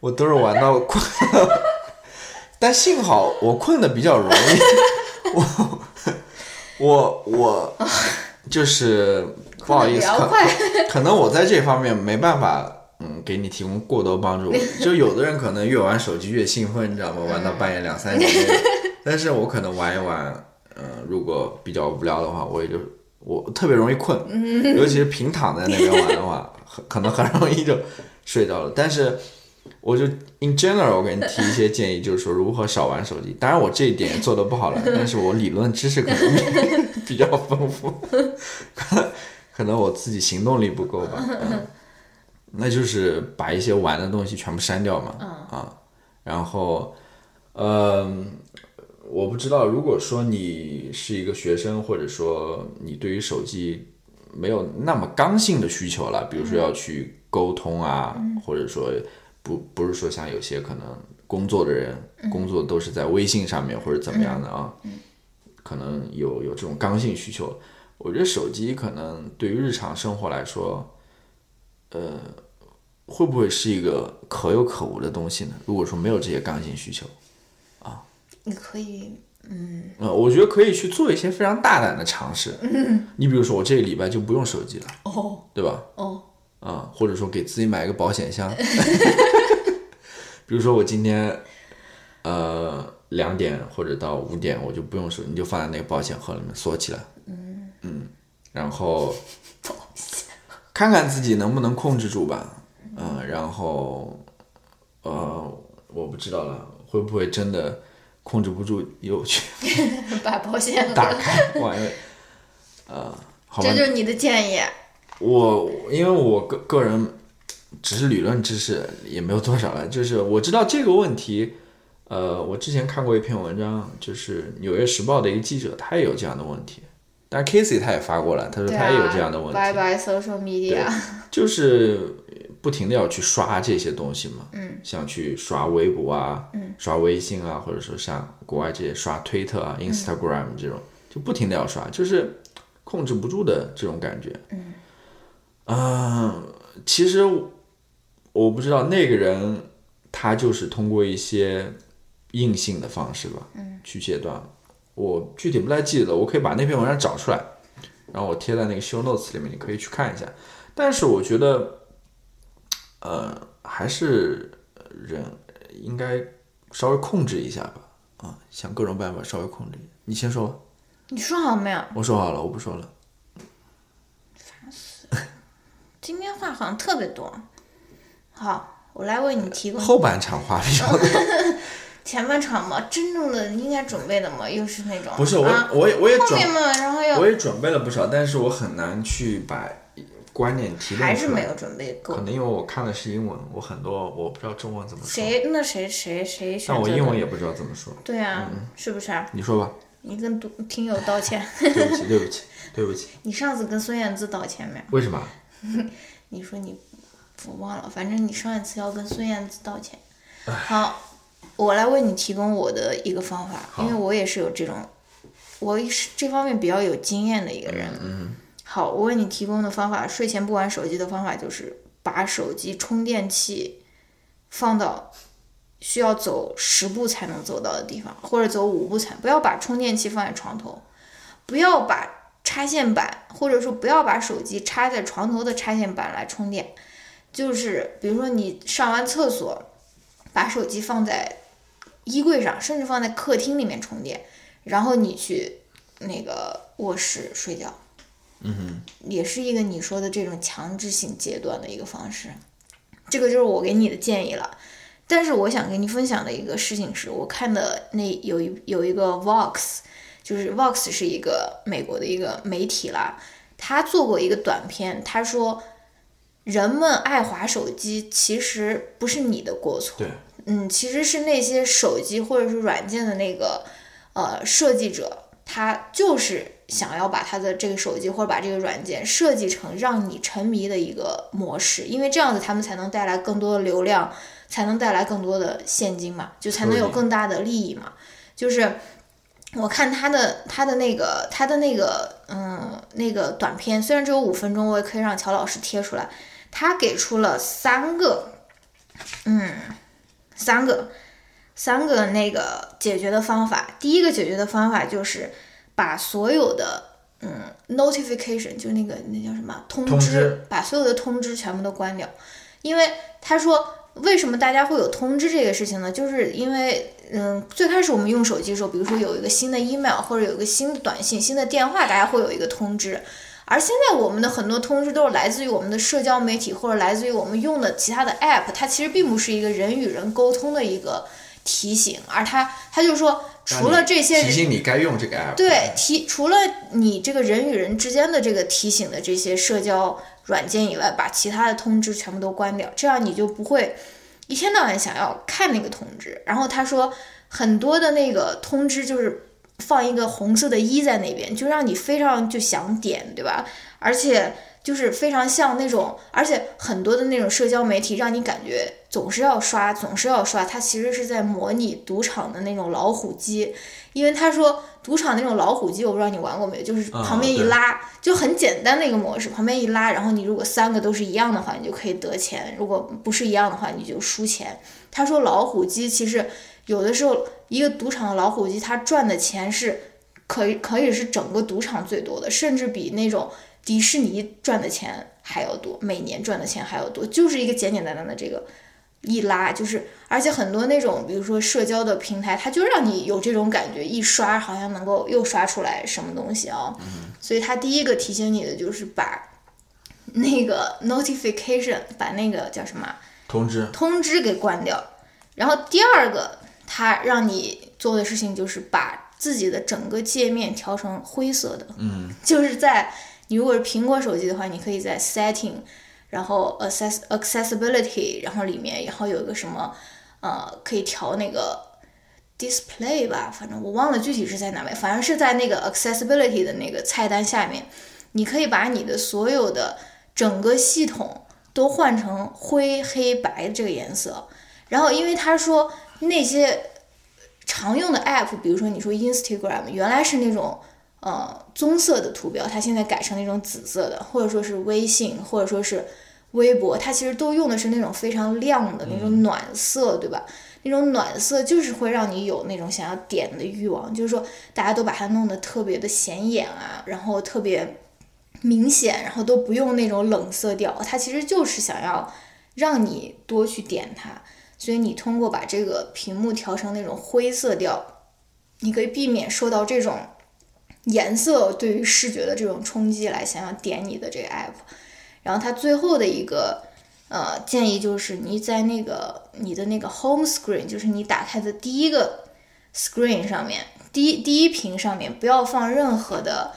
我都是玩到困了。但幸好我困的比较容易，我我我就是不好意思，啊
困得
可
比较快
可能我在这方面没办法。嗯，给你提供过多帮助。就有的人可能越玩手机越兴奋，你知道吗？玩到半夜两三点。但是我可能玩一玩，嗯、如果比较无聊的话，我也就我特别容易困，尤其是平躺在那边玩的话，很可能很容易就睡着了。但是我就 in general，我给你提一些建议，就是说如何少玩手机。当然我这一点也做的不好了，但是我理论知识可能 比比较丰富，可能可能我自己行动力不够吧。嗯那就是把一些玩的东西全部删掉嘛，啊，然后，呃，我不知道，如果说你是一个学生，或者说你对于手机没有那么刚性的需求了，比如说要去沟通啊，或者说不不是说像有些可能工作的人、工作都是在微信上面或者怎么样的啊，可能有有这种刚性需求，我觉得手机可能对于日常生活来说。呃会不会是一个可有可无的东西呢？如果说没有这些刚性需求，
你可以嗯
呃，我觉得可以去做一些非常大胆的尝试。你比如说，我这个礼拜就不用手机了，
哦
对吧？
哦，
啊、或者说给自己买一个保险箱。 比如说我今天，呃，两点或者到五点，我就不用手，你就放在那个保险盒里面锁起来。嗯然后看看自己能不能控制住吧。嗯，然后，呃，我不知道了，会不会真的控制不住又去
把保险盒
打开玩意儿？呃，好吧
这，就是你的建议。
我因为我个个人只是理论知识也没有多少了，就是我知道这个问题。呃，我之前看过一篇文章，就是《纽约时报》的一个记者，他也有这样的问题。但是 Casey 他也发过了，他说
对
他
啊，
也有这样的问题，
拜拜 social media。
就是不停的要去刷这些东西嘛，嗯，像去刷微博啊，嗯，刷微信啊，或者说像国外这些刷推特啊、Instagram 这种，就不停的要刷，就是控制不住的这种感觉，嗯，其实我我不知道那个人他就是通过一些硬性的方式吧，嗯，去戒断，我具体不太记得了，我可以把那篇文章找出来。然后我贴在那个 show notes 里面，你可以去看一下。但是我觉得，呃，还是人应该稍微控制一下吧，啊，想各种办法稍微控制一下。你先说吧，
你说好没有？
我说好了，我不说了。
今天话好像特别多。好，我来为你提供
后半场话比较 多，
前半场嘛，真正的应该准备的嘛，又是那种
不是我
啊，
我也我也
后
准
面嘛，然后又
我也准备了不少，但是我很难去把观点提炼出来，
还是没有准备够
可。能因为我看的是英文，我很多我不知道中文怎么说，
谁那谁谁谁选
但
择
我嗯
的
英文也不知道怎么说。
对啊，是不是啊？
你说吧，
你跟读听友道歉，
对不起，对不起，对不起，
你上次跟孙燕姿道歉没？
为什么？
你说你，我忘了，反正你上一次要跟孙燕姿道歉。好，我来为你提供我的一个方法，因为我也是有这种，我也是这方面比较有经验的一个人。嗯。好，我为你提供的方法，睡前不玩手机的方法就是把手机充电器放到需要走十步才能走到的地方，或者走五步才，不要把充电器放在床头，不要把插线板，或者说不要把手机插在床头的插线板来充电。就是比如说你上完厕所，把手机放在衣柜上，甚至放在客厅里面充电，然后你去那个卧室睡觉。嗯哼，也是一个你说的这种强制性阶段的一个方式。这个就是我给你的建议了。但是我想跟你分享的一个事情是，我看的那有一有一个 Vox，就是 Vox 是一个美国的一个媒体啦，他做过一个短片，他说人们爱划手机其实不是你的过错，
对，
嗯，其实是那些手机或者是软件的那个呃设计者，他就是想要把他的这个手机或者把这个软件设计成让你沉迷的一个模式，因为这样子他们才能带来更多的流量，才能带来更多的现金嘛，就才能有
对
更大的利益嘛，就是。我看他的他的那个他的那个嗯那个短片，虽然只有五分钟，我也可以让乔老师贴出来。他给出了三个，嗯，三个三个那个解决的方法。第一个解决的方法就是把所有的嗯 notification 就那个那叫什么通知
通知
把所有的通知全部都关掉，因为他说。为什么大家会有通知这个事情呢？就是因为，嗯，最开始我们用手机的时候，比如说有一个新的 email 或者有一个新的短信、新的电话，大家会有一个通知。而现在我们的很多通知都是来自于我们的社交媒体，或者来自于我们用的其他的 app，它其实并不是一个人与人沟通的一个提醒，而它它就说
让
除
你
了这些
提醒你嗯该用这个 app。
对提除了你这个人与人之间的这个提醒的这些社交软件以外，把其他的通知全部都关掉，这样你就不会一天到晚想要看那个通知。然后他说很多的那个通知就是放一个红色的一在那边，就让你非常就想点，对吧？而且就是非常像那种，而且很多的那种社交媒体让你感觉总是要刷，总是要刷，它其实是在模拟赌场的那种老虎机，因为他说赌场那种老虎机，我不知道你玩过没有，就是
啊
旁边一
对
拉，就很简单的一个模式，旁边一拉，然后你如果三个都是一样的话，你就可以得钱；如果不是一样的话，你就输钱。他说老虎机其实有的时候一个赌场的老虎机，它赚的钱是可以可以是整个赌场最多的，甚至比那种迪士尼赚的钱还要多，每年赚的钱还要多，就是一个简简单单的这个一拉，就是而且很多那种比如说社交的平台，它就让你有这种感觉，一刷好像能够又刷出来什么东西啊、所以它第一个提醒你的就是把那个 notification，把那个叫什么啊
通知
通知给关掉。然后第二个，它让你做的事情就是把自己的整个界面调成灰色的。嗯， 就是在你如果是苹果手机的话，你可以在 setting，然后 access accessibility，然后里面然后有一个什么呃可以调那个 display 吧，反正我忘了具体是在哪位，反正是在那个 accessibility 的那个菜单下面，你可以把你的所有的整个系统都换成灰、黑、白这个颜色。然后，因为他说那些常用的 app，比如说你说 Instagram，原来是那种呃棕色的图标，它现在改成那种紫色的，或者说是微信，或者说是微博，它其实都用的是那种非常亮的那种暖色，对吧？那种暖色就是会让你有那种想要点的欲望，就是说大家都把它弄得特别的显眼啊，然后特别明显，然后都不用那种冷色调，它其实就是想要让你多去点它，所以你通过把这个屏幕调成那种灰色调，你可以避免受到这种颜色对于视觉的这种冲击来想要点你的这个 app。然后它最后的一个呃建议就是你在那个呃你的那个 home screen，就是你打开的第一个 screen 上面，第一第一屏上面不要放任何的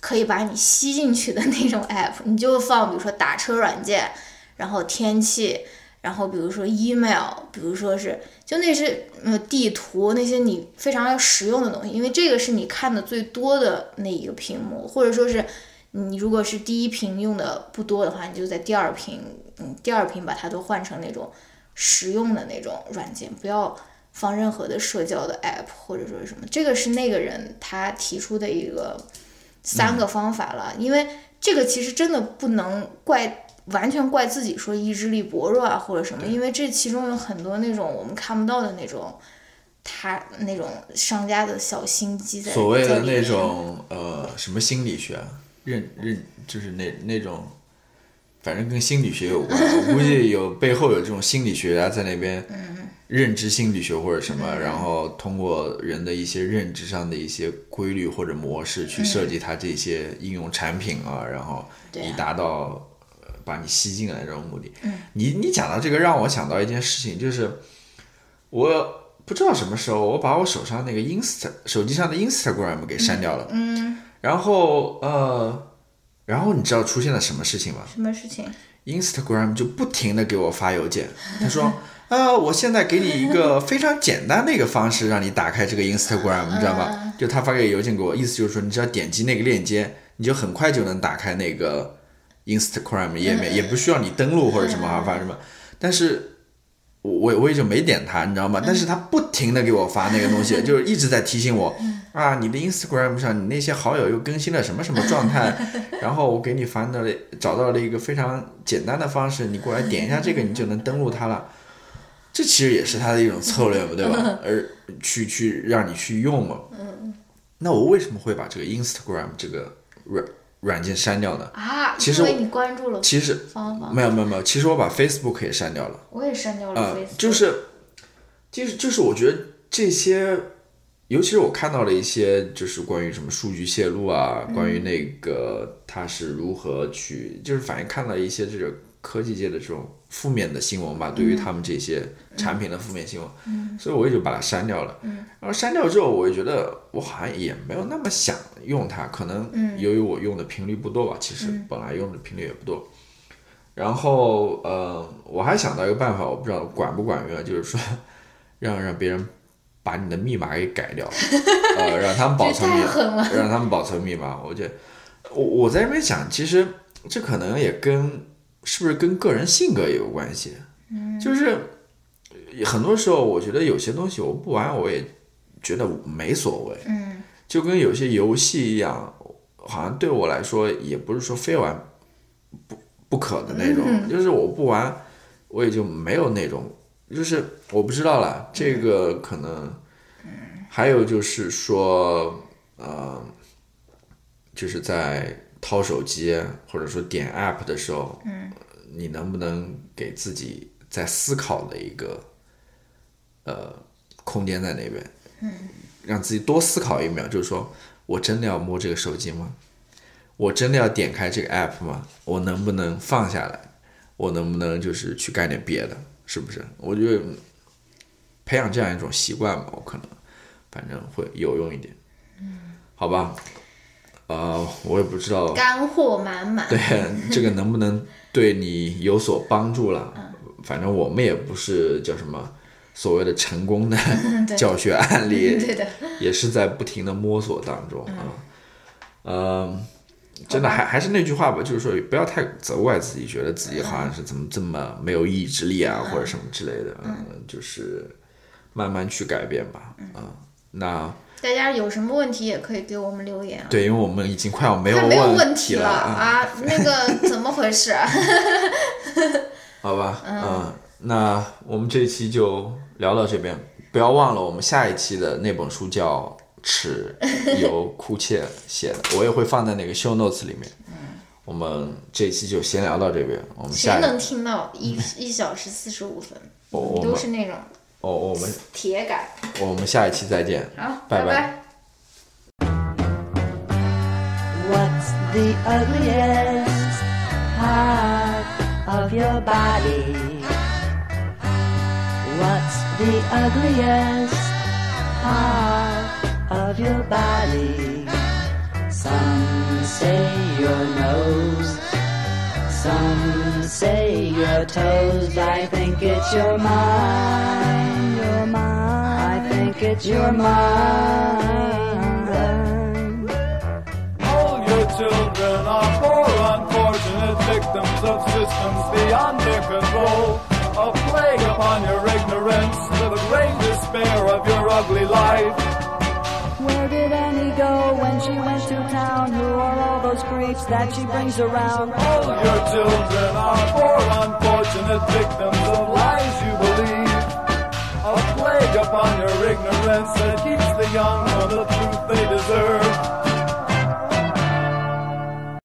可以把你吸进去的那种 app，你就放比如说打车软件，然后天气。然后比如说 email，比如说是就那些呃地图那些你非常要实用的东西，因为这个是你看的最多的那一个屏幕，或者说是你如果是第一屏用的不多的话，你就在第二屏，嗯，第二屏把它都换成那种实用的那种软件，不要放任何的社交的 app 或者说是什么。这个是那个人他提出的一个三
嗯
个方法了，因为这个其实真的不能怪完全怪自己说意志力薄弱啊或者什么，因为这其中有很多那种我们看不到的那种。他那种商家的小心机在
所谓
在
的
里
那
面
种呃什么心理学啊，认认就是那那种，反正跟心理学有关，我估计有背后有这种心理学家在那边，认知心理学或者什么，
嗯
然后通过人的一些认知上的一些规律或者模式去设计它这些应用产品啊，然后
对
以
啊嗯
达到。呃把你吸进来这种目的，你你讲到这个，让我想到一件事情，就是我不知道什么时候，我把我手上那个 Insta 手机上的 Instagram 给删掉了。嗯。然后呃，然后你知道出现了什么事情吗
什么事情？
？Instagram 就不停的给我发邮件，他说。啊、我现在给你一个非常简单的一个方式，让你打开这个 Instagram，你知道吗？就他发个邮件给我，意思就是说，你只要点击那个链接，你就很快就能打开那个 Instagram 页面，也不需要你登录或者什么啊，反正什么。但是我我也就没点它，你知道吗？但是它不停的给我发那个东西，就是一直在提醒我啊，你的 Instagram 上你那些好友又更新了什么什么状态，然后我给你翻到了找到了一个非常简单的方式，你过来点一下这个，你就能登录它了。这其实也是它的一种策略嘛，对吧？而去去让你去用嘛。那我为什么会把这个 Instagram 这个软软件删掉呢？
啊，
其实
因为
我
你关注了
其实
方法，
没有没有没有，其实我把 Facebook 也删掉了。
我也删掉了
呃
Facebook，、，
就是，就是就是，我觉得这些，尤其是我看到了一些，就是关于什么数据泄露啊，关于那个他是如何去，就是反正看到一些这个科技界的这种负面的新闻吧，对于他们这些产品的负面新闻，所以我也就把它删掉了。然后删掉之后，我就觉得我好像也没有那么想用它，可能
嗯
由于我用的频率不多吧，其实本来用的频率也不多。然后呃，我还想到一个办法，我不知道管不管用啊，就是说让让别人把你的密码给 改掉，呃，让他们保存密
这太狠
码
了，
让他们保存密码。我觉得我我在这边想，其实这可能也跟是不是跟个人性格也有关系，嗯，就是呃很多时候我觉得有些东西我不玩，我也觉得没所谓，
嗯，
就跟有些游戏一样，好像对我来说也不是说非玩不不可的那种，就是我不玩，我也就没有那种，就是我不知道了，这个可能，还有就是说，呃，就是在掏手机或者说点 app 的时候，嗯，你能不能给自己在思考的一个呃空间在那边，让自己多思考一秒，就是说我真的要摸这个手机吗？我真的要点开这个 app 吗？我能不能放下来？我能不能就是去干点别的？是不是？我觉得嗯培养这样一种习惯吧，我可能反正会有用一点。嗯，好吧。呃，我也不知道
干货满满。
对 这个能不能对你有所帮助了。
嗯
反正我们也不是叫什么所谓的成功的
对
教学案 例，
对的，
也是在不停的摸索当中啊。嗯，真的还还是那句话吧，就是说不要太责怪自己，觉得自己好像是怎么这么没有意志力啊，或者什么之类的。嗯，就是慢慢去改变吧。
嗯
啊，那
大家有什么问题也可以给我们留言啊。
对，因为我们已经快要没有
快没有问
题
了
啊。
啊！那 个怎么回事啊？
好吧，嗯、那我们这一期就聊到这边，不要忘了我们下一期的那本书叫《耻》，由库切写的，我也会放在那个 show notes 里面。我们这一期就先聊到这边，我们下
谁
一
能听到一一小时四十五分？
我我
都
们
是那种
哦，我们
铁杆。
我们下一期再见，
好，
拜
拜
What's the ugliest part of your body? What's the ugliest part of your body? Some say your nose, some say your toes. I think it's your mind, your mind. I think it's your mind.
All your children are poor, unfortunate victims of systems beyond their control. A plague upon your ignorance, to the great despair of your ugly life.
Where did Annie go when she went to town? Who are all those creeps that she brings around?
All your children are poor, unfortunate victims of lies you believe. A plague upon your ignorance that keeps the young from the truth they deserve.